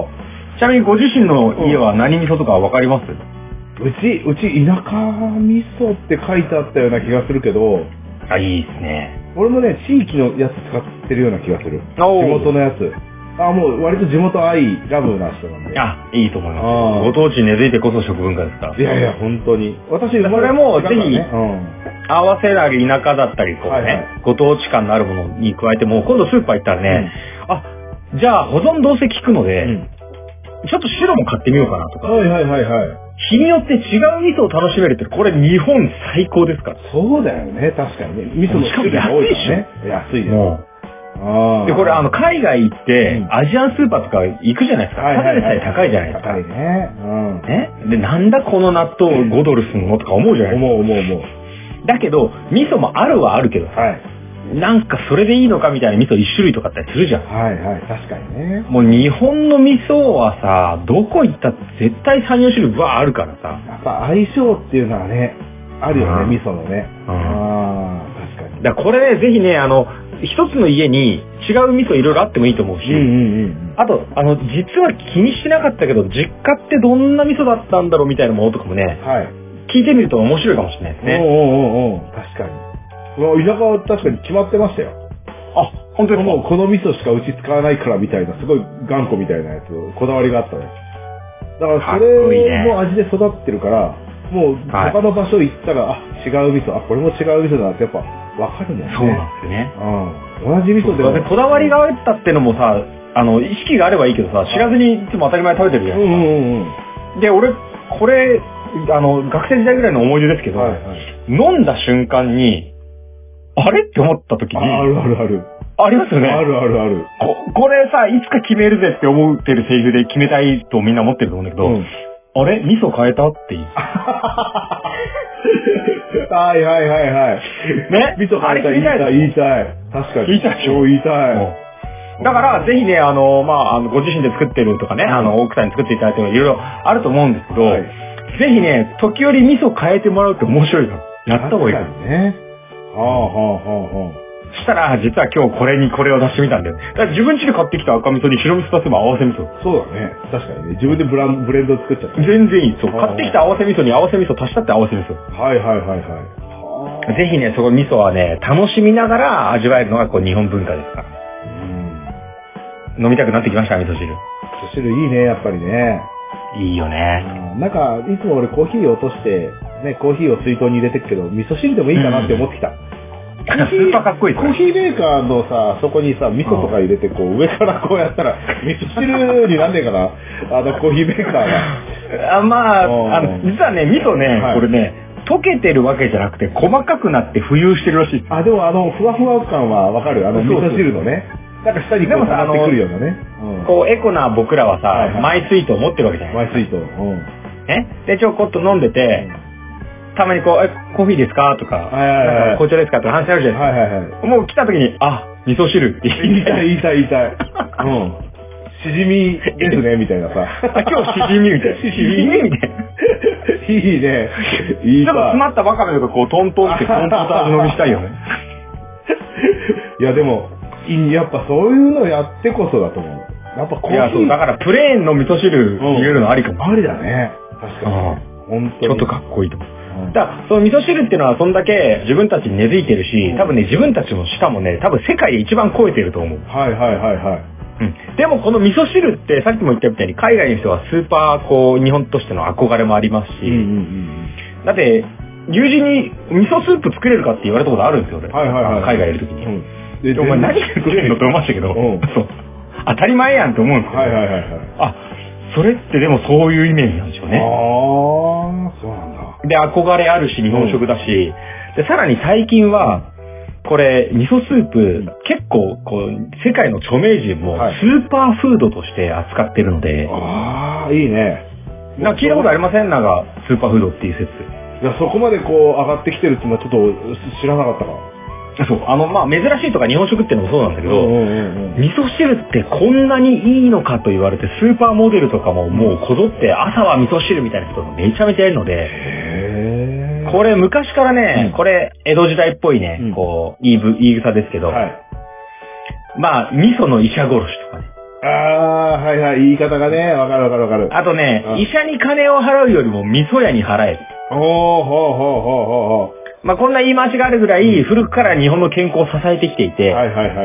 A: うほ
B: ちなみにご自身の家は何味噌とかわかります
A: う。うち、うち田舎味噌って書いてあったような気がするけど、
B: あ、いいですね。
A: 俺もね、地域のやつ使ってるような気がする。
B: 地
A: 地元のやつ。あ、もう割と地元愛、ラブな人なんで。
B: あ、いいと思います
A: あー
B: よ。ご当地根付いてこそ食文化ですから。
A: いやいや、本当に。私、生ま
B: それも
A: 違うからね
B: ぜひ合わせなり田舎だったり、こうね、
A: はいはい
B: ご当地感のあるものに加えても、今度スーパー行ったらね、あ、じゃあ保存どうせ効くので、
A: うん。
B: ちょっと白も買ってみようかなと
A: う
B: か、
A: ん。はいはいはいはい。
B: 日によって違う味噌を楽しめるって、これ日本最高ですから。
A: そうだよね、確かにね。味噌の種類が多いからね。安いです。
B: も
A: あ
B: う。
A: ー
B: で、これあの、、海外行って
A: う、ん
B: アジアンスーパーとか行くじゃないですか。
A: はい
B: た
A: は
B: だ
A: い
B: で
A: は
B: さえ
A: い
B: 高いじゃないですか。
A: 高いね。うん。
B: ね、で、なんだこの納豆5ドルすんのとか思うじゃないで
A: 思う思う思う。
B: すか。だけど、味噌もあるはあるけどさ、
A: はい。
B: なんかそれでいいのかみたいな味噌1種類とかあったりするじゃん。
A: はいはい、確かにね。
B: もう日本の味噌はさ、どこ行ったって絶対3、4種類はあるからさ。
A: やっぱ相性っていうのはね、あるよ
B: うん
A: ね、味噌のね。
B: うん
A: ああ、確かに。
B: だからこれね、ぜひね、あの、一つの家に違う味噌いろいろあってもいいと思うし、
A: うんうん。
B: あと、あの、実は気にしてなかったけど、実家ってどんな味噌だったんだろうみたいなものとかもね、
A: はい。
B: 聞いてみると面白いかもしれないです
A: お
B: ね。
A: うおうおうおう確かに。うわ田舎は確かに決まってましたよ。
B: あ、本当ですか
A: もうこの味噌しかうち使わないからみたいな、すごい頑固みたいなやつ、こだわりがあったのよ。だからそ
B: かっこいい
A: れ
B: ね
A: も味で育ってるから、もう
B: はい
A: 他の場所行ったら、あ、違う味噌、あ、これも違う味噌だなってやっぱわかるんだよね。
B: そうなんですよね。
A: うん。同じ味噌で
B: だ
A: も
B: ってこだわりがあったってのもさ、あの、意識があればいいけどさ、知らずにいつも当たり前に食べてるじゃ
A: う
B: ない
A: ん
B: です
A: うんう
B: か。
A: ん
B: で、俺、これ、あの、学生時代ぐらいの思い出ですけ
A: うん。
B: ど、
A: はいはい。
B: 飲んだ瞬間に、あれって思った時に、
A: ああ
B: あ
A: るあるある。
B: りますよね。
A: あるあるある。
B: ここれさ、いつか決めるぜって思ってるセリフで決めたいとみんな思ってると思うんだけど、
A: うん
B: あれ味噌変え
A: [laughs]
B: たって言う。
A: はいはいはいはい。
B: ね
A: 味噌変
B: あれ
A: えた
B: 言いたい
A: い言いたい。確かに。
B: 言いたいでしょ
A: そう言いたい。
B: だから、ぜひね、あの、まあ、あの、ご自身で作ってるとかね、あの、奥さんに作っていただいてるいろいろあると思うんですけど、
A: はい
B: ぜひね、時折味噌変えてもらうって面白いから、やった方がいいか
A: 確か
B: ら。
A: にね。はあはあは
B: したら、実は今日これにこれを出してみたんだよ。だから自分家で買ってきた赤味噌に白味噌足せば合わせ味噌。
A: あはあ。そうだね。確かにね。自分でブランブレンド作っちゃった。
B: 全然いい。そう。
A: あー
B: 買ってきた合わせ味噌に合わせ味噌足したって合わせ味噌。
A: はいはいはいはい。
B: ぜひね、そこ味噌はね、楽しみながら味わえるのがこう日本文化ですから。
A: うん。
B: 飲みたくなってきました、味噌汁。
A: 味噌汁いいね、やっぱりね。
B: いいよね。
A: うんなんか、いつも俺コーヒー落として、ね、コーヒーを水筒に入れてるけど、味噌汁でもいいかなって思ってきた。
B: スーパーかっこいい
A: コ
B: です
A: ー
B: ね。
A: ヒーメーカーのさ、そこにさ、味噌とか入れて、こう、上からこうやったら、味噌汁になんねえかな、あの、コーヒーメーカーが。
B: あま
A: うん
B: あ、あの、実はね、味噌ね、
A: はい
B: これね、溶けてるわけじゃなくて、細かくなって浮遊してるらしいです。
A: あ、でもあの、ふわふわ感はわかる。あの、味
B: そうそう
A: 噌汁のね。なんか下にこ
B: で
A: う、
B: もさ
A: 溜まってくるようなね。うん。
B: こう、エコな僕らは
A: はいは
B: さ、
A: い
B: マイスイートを持ってるわけじゃな
A: マ
B: い
A: イスイート。うん。
B: ね。で、ちょこっと飲んでて、たまにこう、え、コーヒーですかとか、
A: はいはいはい
B: なんか紅茶ですかとか話あるじゃないで
A: はいはいはい。
B: すか。もう来た時に、あ、味噌汁って
A: 言
B: 言
A: い
B: い
A: た
B: [laughs] た
A: い、
B: い。
A: 言いたい、言いたい。うん。しじみです
B: [laughs]
A: ね、みたいなさ。
B: あ今日しじみみたいな。
A: しじみ
B: みたいな。
A: いいね。いい
B: ちょっと詰
A: か。
B: まったばかめとかこうトントンってトントンと味飲みしたいよね。
A: いや、でも、いいやっぱそういうのやってこそだと思う。やっぱコ
B: いや、
A: ーヒ
B: そう、だ
A: ー、
B: からプレーンの味噌汁入れるのありかも。
A: ありだね。確かに。本当に。
B: ちょっとかっこいいと思う。
A: うん。
B: だから、その味噌汁っていうのはそんだけ自分たちに根付いてるし、多分ね、自分たちもしかもね、多分世界で一番超えてると思う。
A: はいはいはいはい。
B: うん。でもこの味噌汁って、さっきも言ったみたいに海外の人はスーパー、こう、日本としての憧れもありますし、
A: ん
B: だって、友人に味噌スープ作れるかって言われたことあるんですよ、俺。
A: はいはいはい。
B: 海外いる時に。
A: うん。
B: でお前何が作れるのって思いましたけど、
A: うん
B: そう当たり前やんって思うんですけど、
A: はいはいはいはい。
B: あ、それってでもそういうイメージなんでしょうね。
A: ああ、そうなんだ。
B: で、憧れあるし、日本食だし、で、さらに最近は、これ、味噌スープ、結構、こう、世界の著名人も、
A: はい
B: スーパーフードとして扱ってるので、
A: ああ、いいね。
B: なんか聞いたことありませんなんか、スーパーフードっていう説。
A: いや、そこまでこう、上がってきてるっていうのはちょっと知らなかったから。
B: そう、あの、まあ、珍しいとか日本食ってのもそうなんだけど、
A: うんうんうん
B: 味噌汁ってこんなにいいのかと言われて、スーパーモデルとかももうこぞって朝は味噌汁みたいな人がめちゃめちゃいるので、
A: へー
B: これ昔からね、
A: うん
B: これ江戸時代っぽいね、
A: うん
B: こう、言いぶ言い草ですけど、
A: はい。
B: まあ、味噌の医者殺しとかね。
A: ああー、はいはい、言い方がね、わかるわかるわかる。
B: あとね
A: う、ん
B: 医者に金を払うよりも味噌屋に払え。
A: ほうほうほうほうほうほ。
B: まあ、こんな言い回しがあるぐらい古くから日本の健康を支えてきていうて、
A: はいはいはい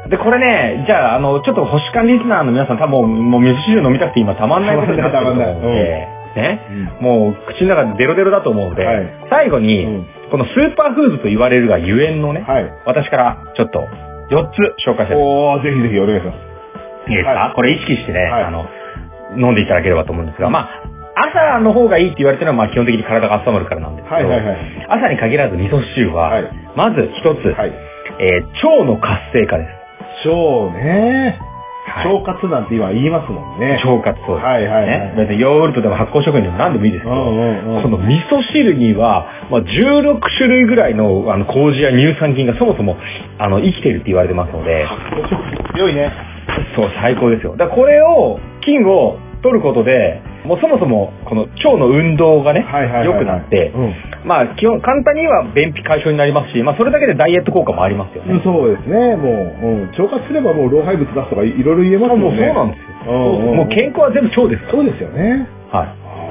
A: はい。
B: で、これね、じゃあ、あの、ちょっと保守官リスナーの皆さん多分、もう味噌汁飲みたくて今たまんないことになってると思うの
A: たまんない
B: で、ね。
A: うん
B: もう口の中でデロデロだと思うので、
A: はい
B: 最後に、
A: うん
B: このスーパーフードと言われるがゆえんのね、
A: はい。
B: 私からちょっと4つ紹介したいと思いま
A: おー、ぜひぜひお願いします。
B: すいいですか、
A: はい
B: これ意識してね、
A: はい
B: あの、飲んでいただければと思うんですが、まあ、朝の方がいいって言われてるのは、まあ基本的に体が温まるからなんですけど、
A: はいはいはい。
B: 朝に限らず味噌汁は、
A: はい
B: まず一つ、
A: はい。
B: えー腸の活性化です。
A: 腸ね。
B: はい
A: 腸活なんて今言いますもんね。
B: 腸活そうです。
A: はいはいはい
B: ね。だってヨーグルトでも発酵食品でも何でもいいです
A: う
B: けど、
A: んうんうん。
B: この味噌汁には、まあ、16種類ぐらいのあの麹や乳酸菌がそもそもあの生きてるって言われてますので、
A: 強いね。
B: そう、最高ですよ。だからこれを、菌を取ることで、もうそもそもこの腸の運動がね、
A: はいはいはいはい。
B: 良くなって
A: う、ん
B: まあ基本、簡単には便秘解消になりますし、まあそれだけでダイエット効果もありますよ
A: うん
B: ね。
A: そうですね、もう、うん、腸活すればもう老廃物出すとかいいろいろ言えます
B: も
A: も
B: うんそう
A: ね。
B: なん
A: で
B: です
A: す
B: よ。もう健康は全部腸ですか
A: そうですよね。
B: ら。は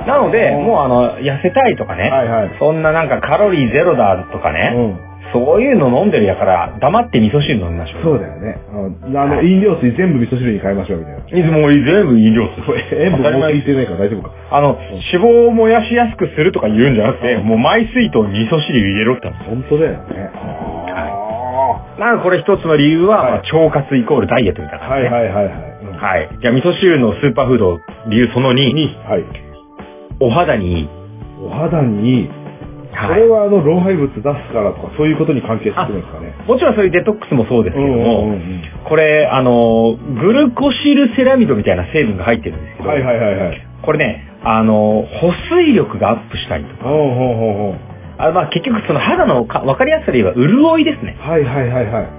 B: い。なので、もうあの、痩せたいとか
A: う
B: ね、
A: はいはい。
B: そんななんかカロリーゼロだとかね、
A: うん、
B: そういうの飲んでるやから、黙って味噌汁飲みましょう。
A: そうだよね。うんあの、飲料水全部味噌汁に変えましょうみたいな。
B: 水も全部飲料
A: これ塩分も効いてないから大丈夫か。
B: あの、脂肪を燃やしやすくするとか言うんじゃなくて、もうマイ水筒に味噌汁入れろって話。
A: 本当だよね。
B: はまあこれ一つの理由は、
A: はい
B: まあ腸活イコールダイエットみたいな感
A: はい
B: じ、ね。
A: はいはいはい。うん
B: はい。じゃあ味噌汁のスーパーフード、理由その2、
A: に、はい。
B: お肌にいい。
A: お肌にいい。こ
B: は
A: れ
B: い。
A: はあの、老廃物出すからとか、そういうことに関係してくるんですかね。
B: もちろんそういうデトックスもそうですけども、
A: うんうんうん
B: これ、あの、グルコシルセラミドみたいな成分が入ってるんですけど、
A: はいはいはいはい。
B: これね、あの、保水力がアップしたりとか、
A: ほうほうほうほう。
B: あまあ結局その肌のかわかりやすさで言えば潤いですね。
A: はいはいはいはい。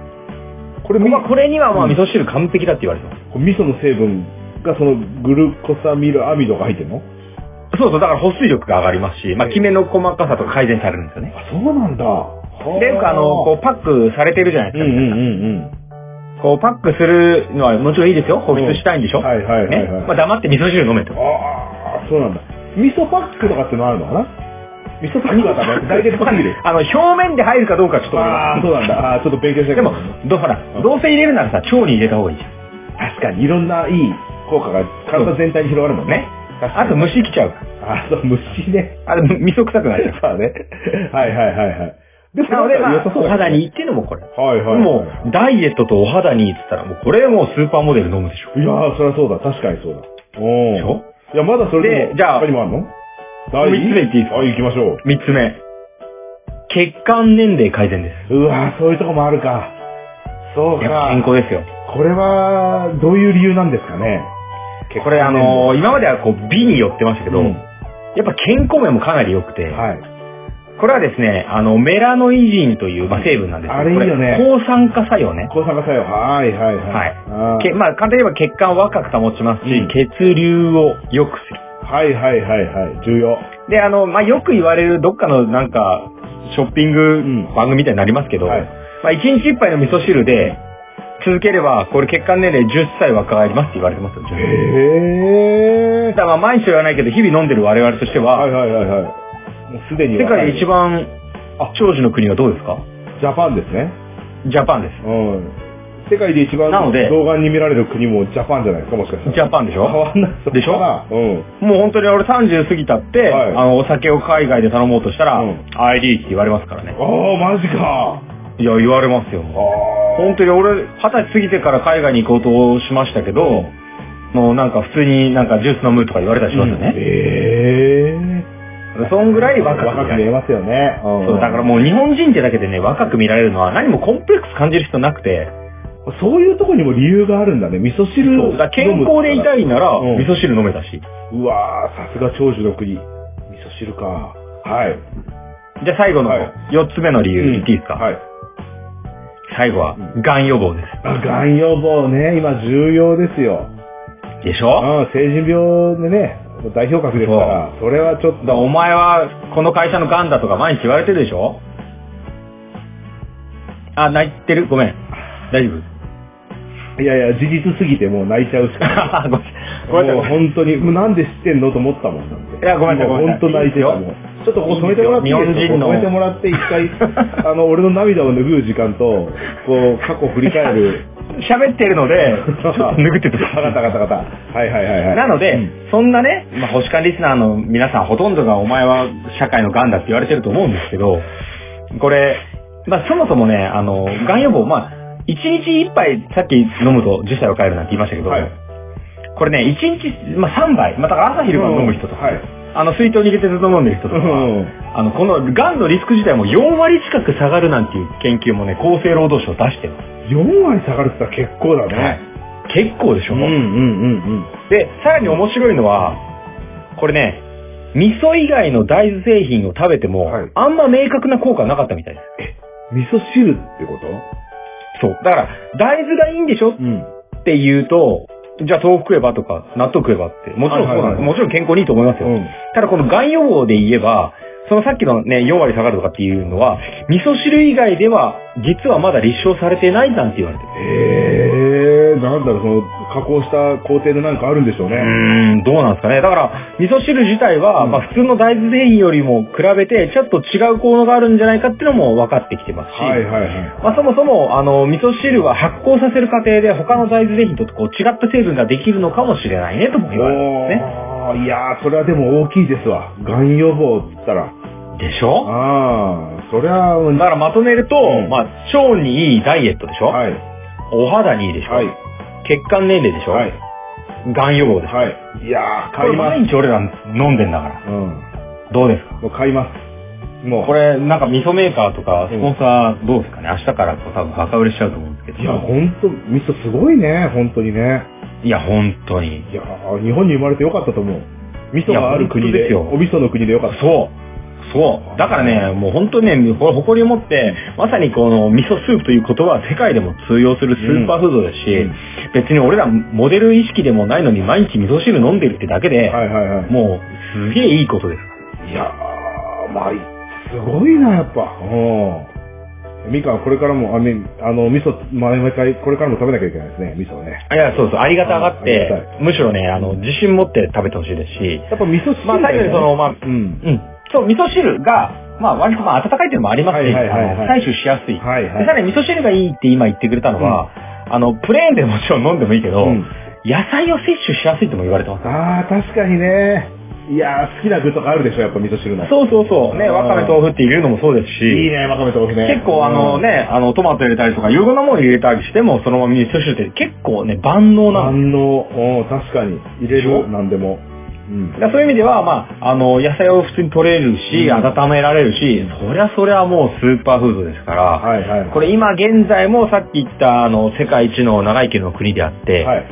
A: これ、み
B: まあこれにはまあ
A: うん
B: 味噌汁完璧だって言われてます。
A: 味噌の成分がそのグルコサミルアミドが入ってるの
B: そうそう、だから保水力が上がりますし、まあ、
A: ええ
B: キメの細かさとか改善されるんですよね。
A: あ、そうなんだ。は
B: で、よくあの、こう、パックされてるじゃないで
A: う
B: す
A: ん
B: か。
A: うんうん
B: こう、パックするのはもちろんいいですよ。保湿したいんでし
A: う
B: ょ、
A: ん。はいはいはい
B: ね
A: はい。。
B: まあ、黙って味噌汁飲めと。
A: ああ、そうなんだ。味噌パックとかってのあるのかな味噌パックはダメ。ダイエットパック
B: [laughs]
A: で。
B: あの、表面で入るかどうかちょっとわかりま
A: ああ、そうなんだ。あーちょっと勉強し
B: せ
A: なんき
B: で
A: ゃ
B: も、どうほ
A: う
B: ら、
A: ん
B: どうせ入れるならさ、腸に入れた方がいいじゃん。
A: 確かにいろんないい効果が体全体に広がるもんね
B: ね。。あと
A: 虫。
B: 虫来ちゃうから。
A: あと虫ね。
B: あれ、味噌臭く
A: [laughs]
B: なるじゃ
A: そうだね。はいはいはいはい。で [laughs]
B: ん。なので、ま
A: 良
B: あ
A: さ、そう
B: お
A: だ
B: 肌
A: ね
B: にいいっていうのもこれ。
A: はいはいはい。
B: もう、ダイエットとお肌にいいって言ったら、もうこれもうスーパーモデル飲むでしょ。
A: いやー、そりゃそうだ。確かにそうだ。お
B: でし
A: ー
B: ょ
A: いや、まだそれでも、
B: でじゃあ
A: 他にもあるの
B: 三つ目いっていいですか
A: はい、行きましょ
B: 三つ目。血管年齢改善です。
A: う。うわー、そういうとこもあるか。そう
B: やっぱ
A: か
B: 健。康ですよ。
A: これは、どういう理由なんですかね。
B: これあのー今まではこう美に寄ってましたけど、
A: うん
B: やっぱ健康面もかなり良くて、
A: はい。
B: これはですね、あの、メラノイジンという、まあ、成分なんですけど
A: あれいいよね
B: これ抗酸化作用ね。
A: 抗酸化作用。はいはいはい。
B: はい
A: あ
B: け
A: ー
B: まあ、簡単に言えば血管を若く保ちますし、
A: うん
B: 血流を良くする。
A: はいはいはいはい。重要。
B: で、あの、まあ、よく言われるどっかのなんか、ショッピン
A: ん
B: グ番組みたいになりますけど、
A: はい
B: まあ、一日一杯の味噌汁で、続ければ、これ血管年齢10歳若返りますって言われてますよ。
A: へ
B: だからまあ毎日は言わないけど、日々飲んでる我々としては、
A: はいはいはいはい。もうすでに
B: 世
A: 若い
B: 界で一番長寿の国はどうですか
A: ジャパンですね。
B: ジャパンです。
A: うん。世界で一番
B: なので
A: 動画に見られる国もジャパンじゃないですか、もしかしたら。
B: ジャパンでし
A: 変
B: ょ
A: わんない
B: でし
A: そ
B: ょ
A: こかなうん。
B: もう本当に俺30過ぎたって、
A: はい
B: あの、お酒を海外で頼もうとしたら、
A: うん
B: ID って言われますからね。
A: ああ、マジか。
B: いや、言われますよ。
A: ああ。
B: 本当に俺、20歳過ぎてから海外に行こうとしましたけど、もうなんか普通になんかジュース飲むとか言われたりしますよ
A: うん
B: ね。
A: え
B: そんぐらい
A: え。
B: 若く見ら
A: 見
B: れ
A: え
B: る。
A: ますよね。うん
B: そう、だからもう日本人ってだけでね、若く見られるのは何もコンプレックス感じる必要なくて、
A: そういうとこにも理由があるんだね。味噌汁
B: そうだから健康でいた
A: い。
B: いなら、
A: うん
B: 味噌汁飲めたし。
A: うわーさすが長寿の国。味噌汁か。はい。
B: じゃあ最後の
A: はい
B: 4つ目の理由言っていいですか、
A: はい。
B: 最後は
A: う、
B: がん予防で
A: あがん予防ね、今重要ですよ。
B: す。でし
A: う
B: ょ
A: ん、成人病でね、代表格ですから、それはちょっ
B: だからお
A: と、
B: 前は、この会社のがんだとか毎日言われてるでしょあ、泣いてるごめん。大丈夫
A: いやいや、事実すぎてもう泣いちゃうしかない。
B: [laughs] ごめんごめんな
A: もう
B: さい。
A: 本当に、もうなんで知ってんのと思ったもん。
B: いやごめんなさいごめんなさ
A: も
B: い
A: う本当泣いてたも
B: いい
A: ん。ちょっとこう止めてもらっていいですか
B: 日本人の
A: こう止めてもらって一回、あの、俺の涙を拭う時間と、こう、過去振り返る。
B: 喋ってるの
A: [laughs]
B: で、 [laughs] ちょっと拭ってて
A: ガタガタガタ。はいはいはいはい。
B: なので、
A: うん
B: そんなね、まあ、保守官リスナーの皆さんほとんどがお前は社会の癌だって言われてると思うんですけど、これ、まあ、そもそもね、あの、癌予防、まあ、1日一杯さっき飲むと10歳を変えるなんて言いましたけど、
A: はい
B: これね、1日、まあ、3杯、まあ、だから朝昼晩飲む人とか、
A: はい。
B: あの、水筒に入れてずっと飲んでる人と
A: う
B: か、
A: ん。
B: あの、この癌のリスク自体も4割近く下がるなんていう研究もね、厚生労働省出してる。
A: 4割下がるって言ったら結構だね。
B: はい。結構でし
A: う
B: ょ、
A: んうんうん
B: で、さらに面白いのは、これね、味噌以外の大豆製品を食べても、
A: はい
B: あんま明確な効果なかったみたいです。
A: うん。味噌汁ってこと
B: そう。だから、大豆がいいんでしょっ
A: うん。
B: て言うと、じゃあ豆腐食えばとか、納豆食えばって、もちろんそうなん
A: はいはい
B: です
A: はい
B: もちろん健康にいいと思いますよ。
A: うん。
B: ただこの癌予防で言えば、そのさっきのね、4割下がるとかっていうのは、味噌汁以外では、実はまだ立証されてないなんて言われてる。
A: ええー、なんだろう、その、加工した工程でなんかあるんでしょう
B: う
A: ね。
B: ーん、どうなんですかね。だから、味噌汁自体は、
A: うん
B: まあ普通の大豆製品よりも比べて、ちょっと違う効能があるんじゃないかっていうのも分かってきてますし、
A: はいはいはい。
B: まあそもそも、あの、味噌汁は発酵させる過程で他の大豆製品とこう違った成分ができるのかもしれないね、とも言われてますね。
A: おーいやー、それはでも大きいですわ。がん予防って言ったら。
B: でしょ
A: ああ、そりゃあ、
B: だからまとめると、
A: うん
B: まあ、腸にいいダイエットでしょ、
A: はい。
B: お肌にいいでしょ、
A: はい。
B: 血管年齢でしょ、
A: はい。
B: がん予防でしょ、
A: はい。いやー、
B: こ
A: 買
B: れ
A: います。
B: 毎日俺ら飲んでんだから。
A: うん。
B: どうですか
A: もう買います。もう。
B: これ、なんか味噌メーカーとか、スポンサーどうですかね、明日から多分バカ売れしちゃうと思うんですけど。
A: いや、ほんと、ミスすごいね、本当にね。
B: いや、本当に。
A: いやー日本に生まれてよかったと思う。味噌がある国
B: い
A: で、
B: や
A: お
B: 本当
A: 味噌の国でよかった。
B: そう。そう。だからね、もう本当にね、ほ誇りを持って、まさにこの味噌スープという言葉は世界でも通用するスーパーフードですし、
A: うん
B: 別に俺らモデル意識でもないのに毎日味噌汁飲んでるってだけで、
A: はいはいはい。
B: もうすげえいいことです。
A: いやー、まあ、すごいな、やっぱ。うん。みかん、これからも、あね、あの、味噌、毎回、これからも食べなきゃいけないですね、味噌をね。
B: いや、そうそう、ありがたがっ
A: ああり
B: て
A: が、
B: むしろね、あの、自信持って食べてほしいですし、
A: やっぱ味噌汁
B: まあ、最後にその、まあ、
A: うん。
B: うん。そう、味噌汁が、まあ、割とまあ、温かいっていうのもありますし、
A: はいはいはいはい
B: あの採取しやすい。
A: はいはい。
B: でさらに味噌汁がいいって今言ってくれたのは、あの、プレーンでもちろん飲んでもいいけど、
A: うん
B: 野菜を摂取しやすいとも言われてます。
A: あー、確かにね。いやー、好きな具とかあるでしょ、やっぱ味噌汁の。
B: そうそうそう。ね、
A: うん
B: わかめ豆腐って入れるのもそうです
A: いい
B: し、
A: ね、わかめ豆腐ね。
B: 結構あの
A: うん、
B: ね、あの、トマト入れたりとか、いろんなもの入れたりしても、そのまま味噌汁って結構ね、万能なの。
A: 万能、うん、確かに。入れ
B: でしょ
A: る、なんでも。うん
B: だ。からそういう意味では、まあ、あの、野菜を普通に取れるし、
A: うん
B: 温められるし、そりゃそりゃもうスーパーフードですから、
A: はいはい。
B: これ今現在もさっき言った、あの、世界一の長生きの国であって、
A: はい。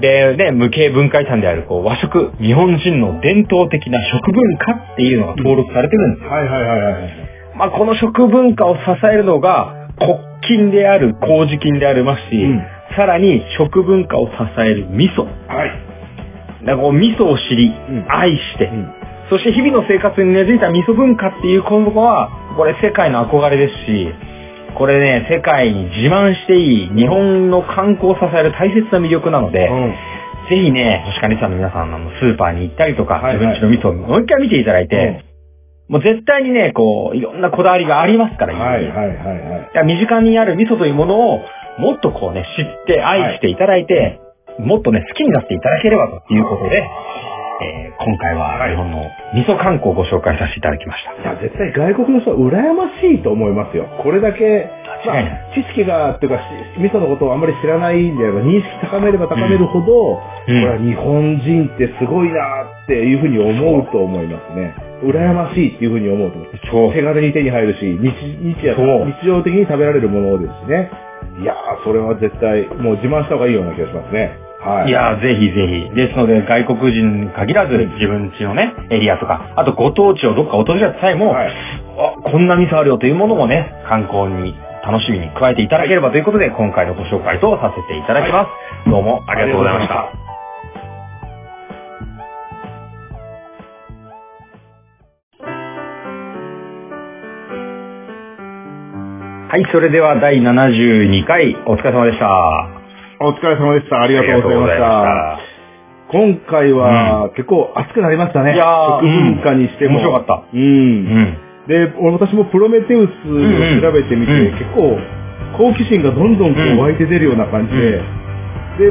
B: で、ね、無形文化遺産である、こう、和食、日本人の伝統的な食文化っていうのが登録されてるんですよ。
A: はいはいはいはい。
B: まあ、この食文化を支えるのが、国金である、麹金でありますし、
A: うん
B: さらに食文化を支える味噌。
A: はい。
B: だからこう、味噌を知り、
A: ん
B: 愛して、
A: うん。
B: そして日々の生活に根付いた味噌文化っていう言葉は、これ世界の憧れですし、これね、世界に自慢していい日本の観光を支える大切な魅力なので、
A: うん
B: ぜひね、星金さんの皆さんあのスーパーに行ったりとか、
A: はいはい
B: 自分ちの味噌をもう一回見ていただいて、もう絶対にね、こう、いろんなこだわりがありますから、
A: はい
B: い
A: はいはいはい。
B: や身近にある味噌というものを、もっとこうね、知って、愛していただいて、もっとね、好きになっていただければということで、えー今回は日本の味噌観光をご紹介させていただきました。
A: いや、絶対外国の人は羨ましいと思いますよ。これだけ、ま
B: 間違い
A: あ、知識が、っていうか、し味噌のことをあんまり知らないんであれば、認識高めれば高めるほど、これは日本人ってすごいなっていうふうに思うと思いますね。羨ましいっていうふうに思うと思います。
B: そう。
A: 手軽に手に入るし、日日夜
B: そう
A: 日常的に食べられるものですしね。いやー、それは絶対、もう自慢した方がいいような気がしますね。はい。
B: いやー、ぜひぜひ。ですので、外国人に限らず、自分家のね、エリアとか、あとご当地をどっか訪れた際も、
A: はい
B: あこんな味噌あるよというものもね、観光に楽しみに加えていただければということで、今回のご紹介とさせていただきます。どうもありがとうございました。はい、それでは第72回、お疲れ様でした。あ
A: お疲れ様でした。ありがとうございまし
B: り
A: た。
B: がとうございま
A: 今回は、結構熱くなりましたね。
B: いやー
A: 食文化にしても。
B: うん面白かった。
A: うん。
B: うん。
A: で、俺私もプロメテウスを
B: ん
A: 調べてみて、
B: うん
A: 結構、好奇心がどんどんこ
B: うん
A: う湧いて出るような感じで、
B: う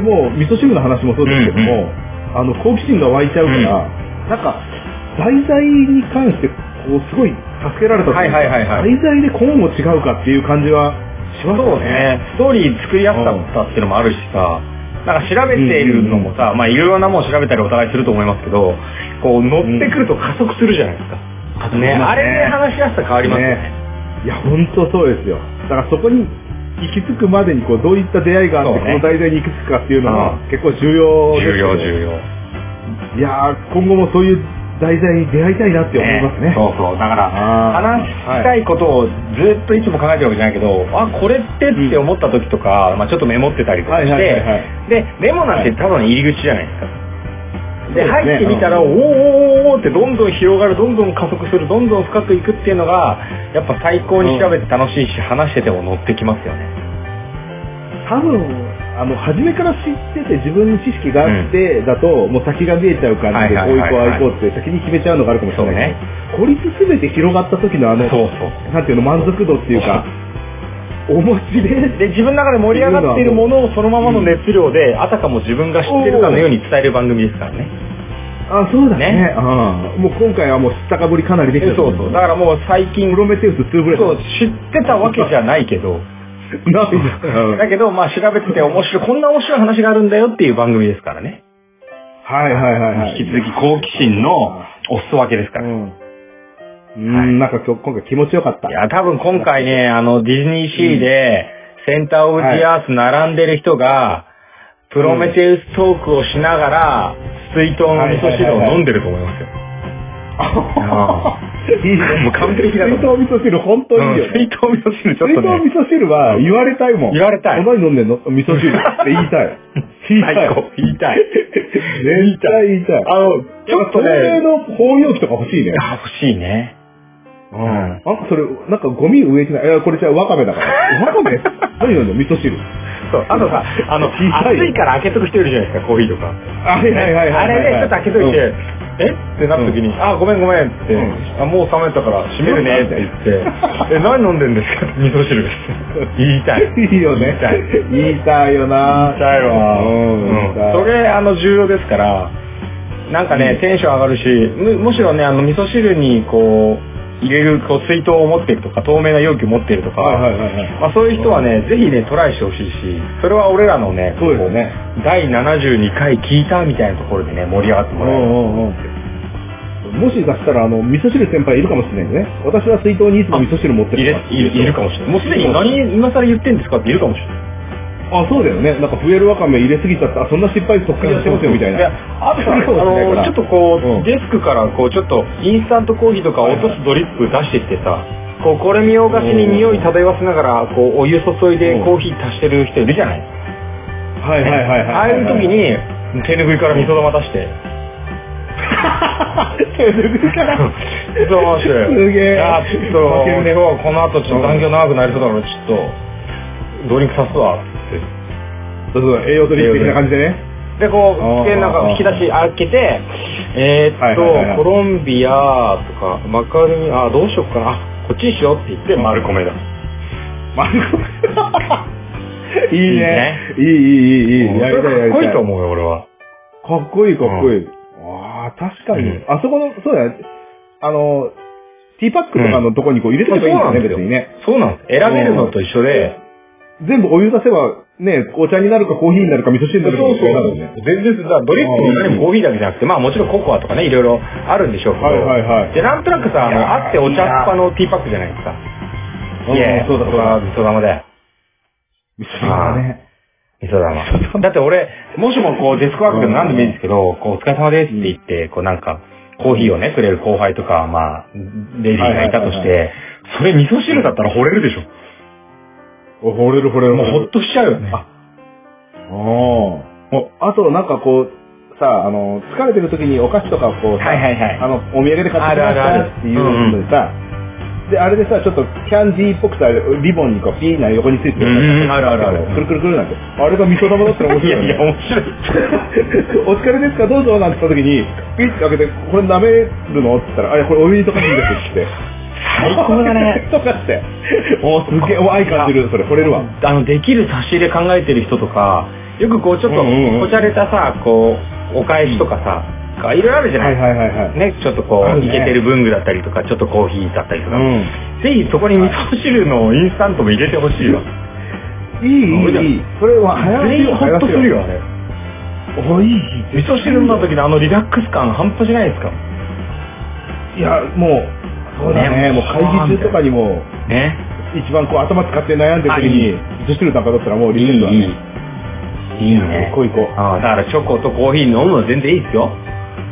A: で、もう、味噌汁の話もそうですけども、
B: うん
A: あの、好奇心が湧いちゃうから、なんか、題材に関して、こう、すごい助けられたとうか
B: はいはいはいはい
A: 題材で今後違うかっていう感じはしましたね。
B: そう。ね。ストーリー作りやすかったっていうのもあるしさ、なんか調べているのもさ、まあいろいろなもの調べたりお互いすると思いますけど、こう乗ってくると加速するじゃないですか。
A: うん
B: ね、
A: 加速しますね
B: あれで話しやすさ変わりますよね。
A: いや、本当そうですよ。だからそこに行き着くまでにこうどういった出会いがあって、
B: そう
A: こ
B: ね
A: の題材に行き着くかっていうのは
B: う
A: 結構重要です
B: 重要
A: 要。
B: 重要。
A: いやー、今後もそういう題材に出会いたいなって思いますね。
B: そうそう。だから、
A: あー
B: 話したいことをずっといつも考えてるわけじゃないけど、あ、これってって思った時とか、まあちょっとメモってたりとか
A: はい
B: して、
A: はいはいはい。
B: で、メモなんて多分入り口じゃないですか。
A: そう
B: で、
A: ですね
B: 入ってみたら、おーおーおーおーってどんどん広がる、どんどん加速する、どんどん深くいくっていうのが、やっぱ最高に調べて楽しいし、話してても乗ってきますよね。
A: 多分、あの、初めから知ってて自分に知識があってだと、もう先が見えちゃう感じで、
B: は
A: こ
B: いうはいいはいはい
A: こうああいこうって先に決めちゃうのがあるかもし
B: そう
A: れない
B: ね
A: け。ど。孤立すべて広がった時のあの、
B: そうそう。
A: なんていうの、満足度っていうか、面白い。
B: で、自分の中で盛り上がっているものをそのままの熱量で、あたかも自分が知ってるかのように伝える番組ですからね。
A: あ、そうだね。
B: ね
A: うん。もう今回はもう知ったかぶりかなりできたと
B: そ
A: 思
B: うそう。だからもう最近、
A: プロメテウス2ぐらい。
B: そう、知ってたわけじゃないけ
A: な
B: ど、
A: いじゃんうん
B: [laughs] だけど、まあ調べてて面白い、こんな面白い話があるんだよっていう番組ですからね。
A: はいはいはいはい。
B: 引き続き好奇心のお裾分けですから。
A: うん。うん、なんか今日、今回気持ちよかった。
B: いや、多分今回ね、あの、ディズニーシーで、センターオブジアース並んでる人が、プロメテウストークをしながら、水筒の味噌汁を飲んでると思いますよ。
A: いい
B: もう完璧だと
A: 水筒味噌汁、本当にいいよ
B: うん水
A: ね。
B: 筒味噌汁ちょ
A: 水
B: っ
A: 筒
B: とね、
A: 味噌汁は言われたいもん。
B: 言われたい。
A: お前飲んでんの味
B: [laughs]
A: 噌汁って言いたい。言いたい。
B: 最高。言いたい。
A: 絶対言いたい。
B: あの、ちょっと
A: 透明
B: ね、
A: の包容器とか欲しいね。
B: あ欲しいね。
A: うんなんかそれ、なんかゴミ植えてない。いや、これじゃあワカメだから。ワ
B: [laughs]
A: カメ何飲んだ味噌汁。
B: そう。あとさ、あの、
A: 小さい
B: 暑いから開けとく人いるじゃないですか、コーヒーとか。
A: あれはいはいはいはい。
B: あれね、ちょっと開けといて、
A: うん
B: えってなった時に、あ、ごめんごめんって、
A: うん
B: あもう冷めたから閉めるねって言って、え、何飲んでんですか [laughs] って味噌汁です。言いたい。
A: いいよね
B: [laughs] 言いたい。
A: 言いたいよな
B: 言いたいわ。
A: うん言いたい
B: それ、あの、重要ですから、なんかね、テンション上がるし、むむしろね、あの、味噌汁にこう、入れる、こう、水筒を持ってるとか、透明な容器を持ってるとか、
A: はいはいはいはい。
B: まあ、そういう人はね、ぜひね、トライしてほしいし、それは俺らのね、
A: そうですね。
B: こう第72回聞いたみたいなところでね、盛り上がってもらえる。
A: うんうんうんもし出したら、あの、味噌汁先輩いるかもしれないね。私は水筒にいつも味噌汁持って
B: い
A: る
B: れいるいるかもしれない。もうすでに何今更言ってんですかっているかもしれない。
A: あ、そうだよね。なんか、増えるわかめ入れすぎちゃった。あ、そんな失敗そっくりやってますよ、みたいな。
B: や、あとさ、あ
A: いるかもしれないから
B: の、ちょっとこう、
A: うん
B: デスクからこう、ちょっとインスタントコーヒーとか落とすドリップ出してきてさ、こう、これ見ようがしに匂い漂わせながら、こう、お湯注いでコーヒー足してる人いるじゃないですか。
A: はいはいはいはい。
B: ああいう時
A: [laughs]
B: に、 [laughs] 手拭いから味噌玉出して、
A: 手ぬぐいから。
B: 味噌玉出して、
A: すげえ
B: いや、ちょっと、
A: 負けるね
B: 今日この後ちょっと残業長くなりそうだから、ちょっと、ドリンクさすわ、って。
A: そうそう、栄養ドリップ的な感じでね。
B: で、こ
A: あー
B: う、で、なんか引き出し開けて、えーっ
A: はいはいはいはい
B: と、コロンビアとか、マカルミ、あ、どうしよっかな、あこっちにしようって言って、丸米だ。
A: 丸く。 [laughs] いいね。いい、いい、いい、いい。
B: そ
A: やり
B: れ
A: たい、
B: か
A: や
B: っ
A: り
B: こ
A: た
B: いい
A: い。
B: と思うよ、俺は。
A: かっこいい、かっこいい。ああ、確かに、
B: うん
A: あそこの、そうだね。あの、ティーパックとかのとこにこう入れとけばいいんだよね、
B: うん
A: 別にね。
B: そうなんです。選べるのと一緒で、
A: 全部お湯出せば、ね、お茶になるかコーヒーになるか味噌汁になるかもしれないもんね。
B: 全然、だからドリップに何もコーヒーだけじゃなくて、まあもちろんココアとかね、いろいろあるんでしょうけど、
A: はいはいはい。
B: で、なんとなくさ、あ
A: いや
B: の、
A: ー
B: あってお茶っ葉のティーパックじゃないですか。
A: うん
B: いや、
A: そうだそうだ
B: 味噌玉だよ。
A: 味噌汁だね。
B: 味噌玉。 [laughs] だって俺、もしもこう、デスクワークでも何でもいいんですけど、こう、お疲れ様ですって言って、こうなんか、コーヒーをね、くれる後輩とか、まあ、レディーがいたと
A: はい
B: し
A: は
B: て、それ味噌汁だったら惚れるでしょ。
A: お惚れる惚れる。
B: もうほっとしちゃうよね。
A: おーあと、なんかこう、さ、あの、疲れてる時にお菓子とかをこうさ、
B: はいはいはい
A: あの、お土産で買ってきま
B: あるあるあ
A: した
B: る
A: っていうのでさ、で、あれでさ、ちょっとキャンディーっぽくさ、リボンにこう、ピーな横についてる
B: うんうんあるあるある
A: くるくるくるなんて。あれが味噌玉だったら面
B: いや
A: 白い
B: い
A: よ
B: や、
A: ね。
B: 面白い。
A: [laughs] お疲れですかどうぞなんて言った時に、ピッて開けて、これ舐めるのって言ったら、あ、いや、これお湯にとかにいいですって言って。
B: 最高
A: [laughs]
B: だね。
A: とかって。おーすげえ、お愛感じる。それ、惚れるわ。
B: [laughs] あの、できる差し入れ考えてる人とか、よくこう、ちょっと、
A: うんうんうん
B: こじゃれたさ、こう、お返しとかさ、いろいろあるじゃな
A: はいいはいはいはい。
B: ね、ちょっとこ
A: あ
B: う、
A: る
B: い
A: ね
B: けてる文具だったりとか、ちょっとコーヒーだったりとか、
A: ん。
B: ぜひそこに味噌汁のインスタントも入れてほしいわ。
A: いい、いい、いい。それは、
B: 全員ホッとするよ、あ。れ。
A: おいい。
B: 味噌汁の時のあのリラックス感半端じゃないですか。
A: いや、もう、そうだ
B: ね
A: ね。もう会議中とかにも、
B: ね。
A: 一番こう頭使って悩んでる時に、味噌汁なんかだったらもうリセットだね。
B: いいね
A: 行こう行こ
B: ああ、だからチョコとコーヒー飲むの全然いいですよ。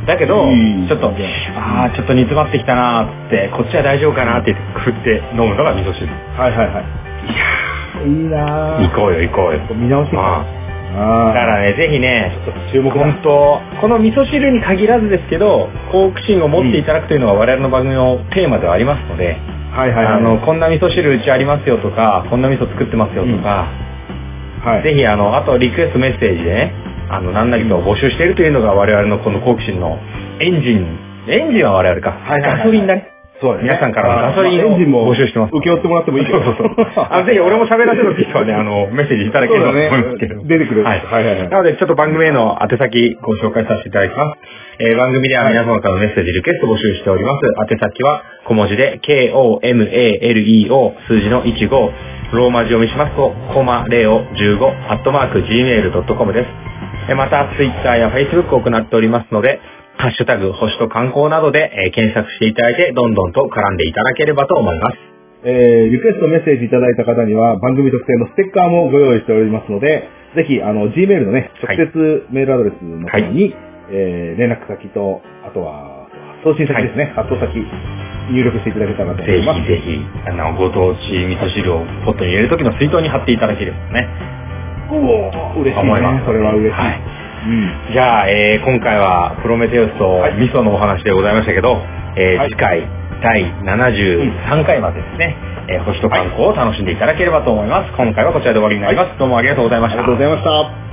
B: だけど
A: いい、
B: ちょっと
A: いいね、
B: ああ、ちょっと煮詰まってきたなーっつって、こっちは大丈夫かなーって言って、食って飲むのが味噌汁。
A: う。はいはいはい。いいな
B: 行こうよ、行こうよ。
A: う。見直してきた。
B: ああ
A: あ
B: だか
A: あ。
B: らね、ぜひね、
A: 注目
B: 本当、この味噌汁に限らずですけど、好奇心を持っていただくというのが我々の番組のテーマではありますので、
A: はいはいはい。
B: あの、こんな味噌汁うちありますよとか、こんな味噌作ってますよとか、
A: はい。
B: ぜひあの、あとリクエストメッセージでね、あの、何なりと募集しているというのが我々のこの好奇心のエンジン、エンジンは我々か。
A: いはいはい [laughs]
B: ガソリンだね。
A: そうだね。
B: 皆さんからのガソリン
A: エンジン
B: を
A: も
B: 募集してます。
A: 受け負ってもらってもいいけ
B: そう
A: ど。
B: そうそう。あの、ぜひ俺も喋らせろって人はね、あの、メッセージいただければと思いますけど。
A: そうだね出てくる
B: はい。
A: はいはいはい
B: なので、ちょっと番組への宛先ご紹介させていただきます。えー番組では皆様からのメッセージ、リクエスト募集しております。宛先は小文字で、k-o-m-a-l-e-o 数字の15、ローマ字読みしますと、コマレオ15、アットマーク gmail.com です。えーまた、ツイッターやフェイスブックを行っておりますので、ハッシュタグ、星と観光などで、えー検索していただいて、どんどんと絡んでいただければと思います。
A: えーリクエストメッセージいただいた方には番組特製のステッカーもご用意しておりますので、ぜひ、あの、Gmail のね、
B: は
A: 直
B: い
A: 接メールアドレスの方に、えー連絡先と、あとは、送信先ですね、発送先、入力していただけたらと思
B: ぜ
A: います
B: ひ。ぜひ、あの、ご当地味噌汁をポットに入れるときの水筒に貼っていただければね。
A: おー嬉しい
B: 思いま
A: ね [laughs]
B: す。
A: それは嬉しい。
B: はい
A: うん。
B: じゃあ、えー今回はプロメテウスと味噌のお話でございましたけど、えー
A: はい
B: 次回第73回までですね、えー星と観光を楽しんでいただければと思います。今回はこちらで終わりになります。どうもありがとうござい
A: あ
B: ま
A: り
B: し
A: が
B: た
A: とう。ございました。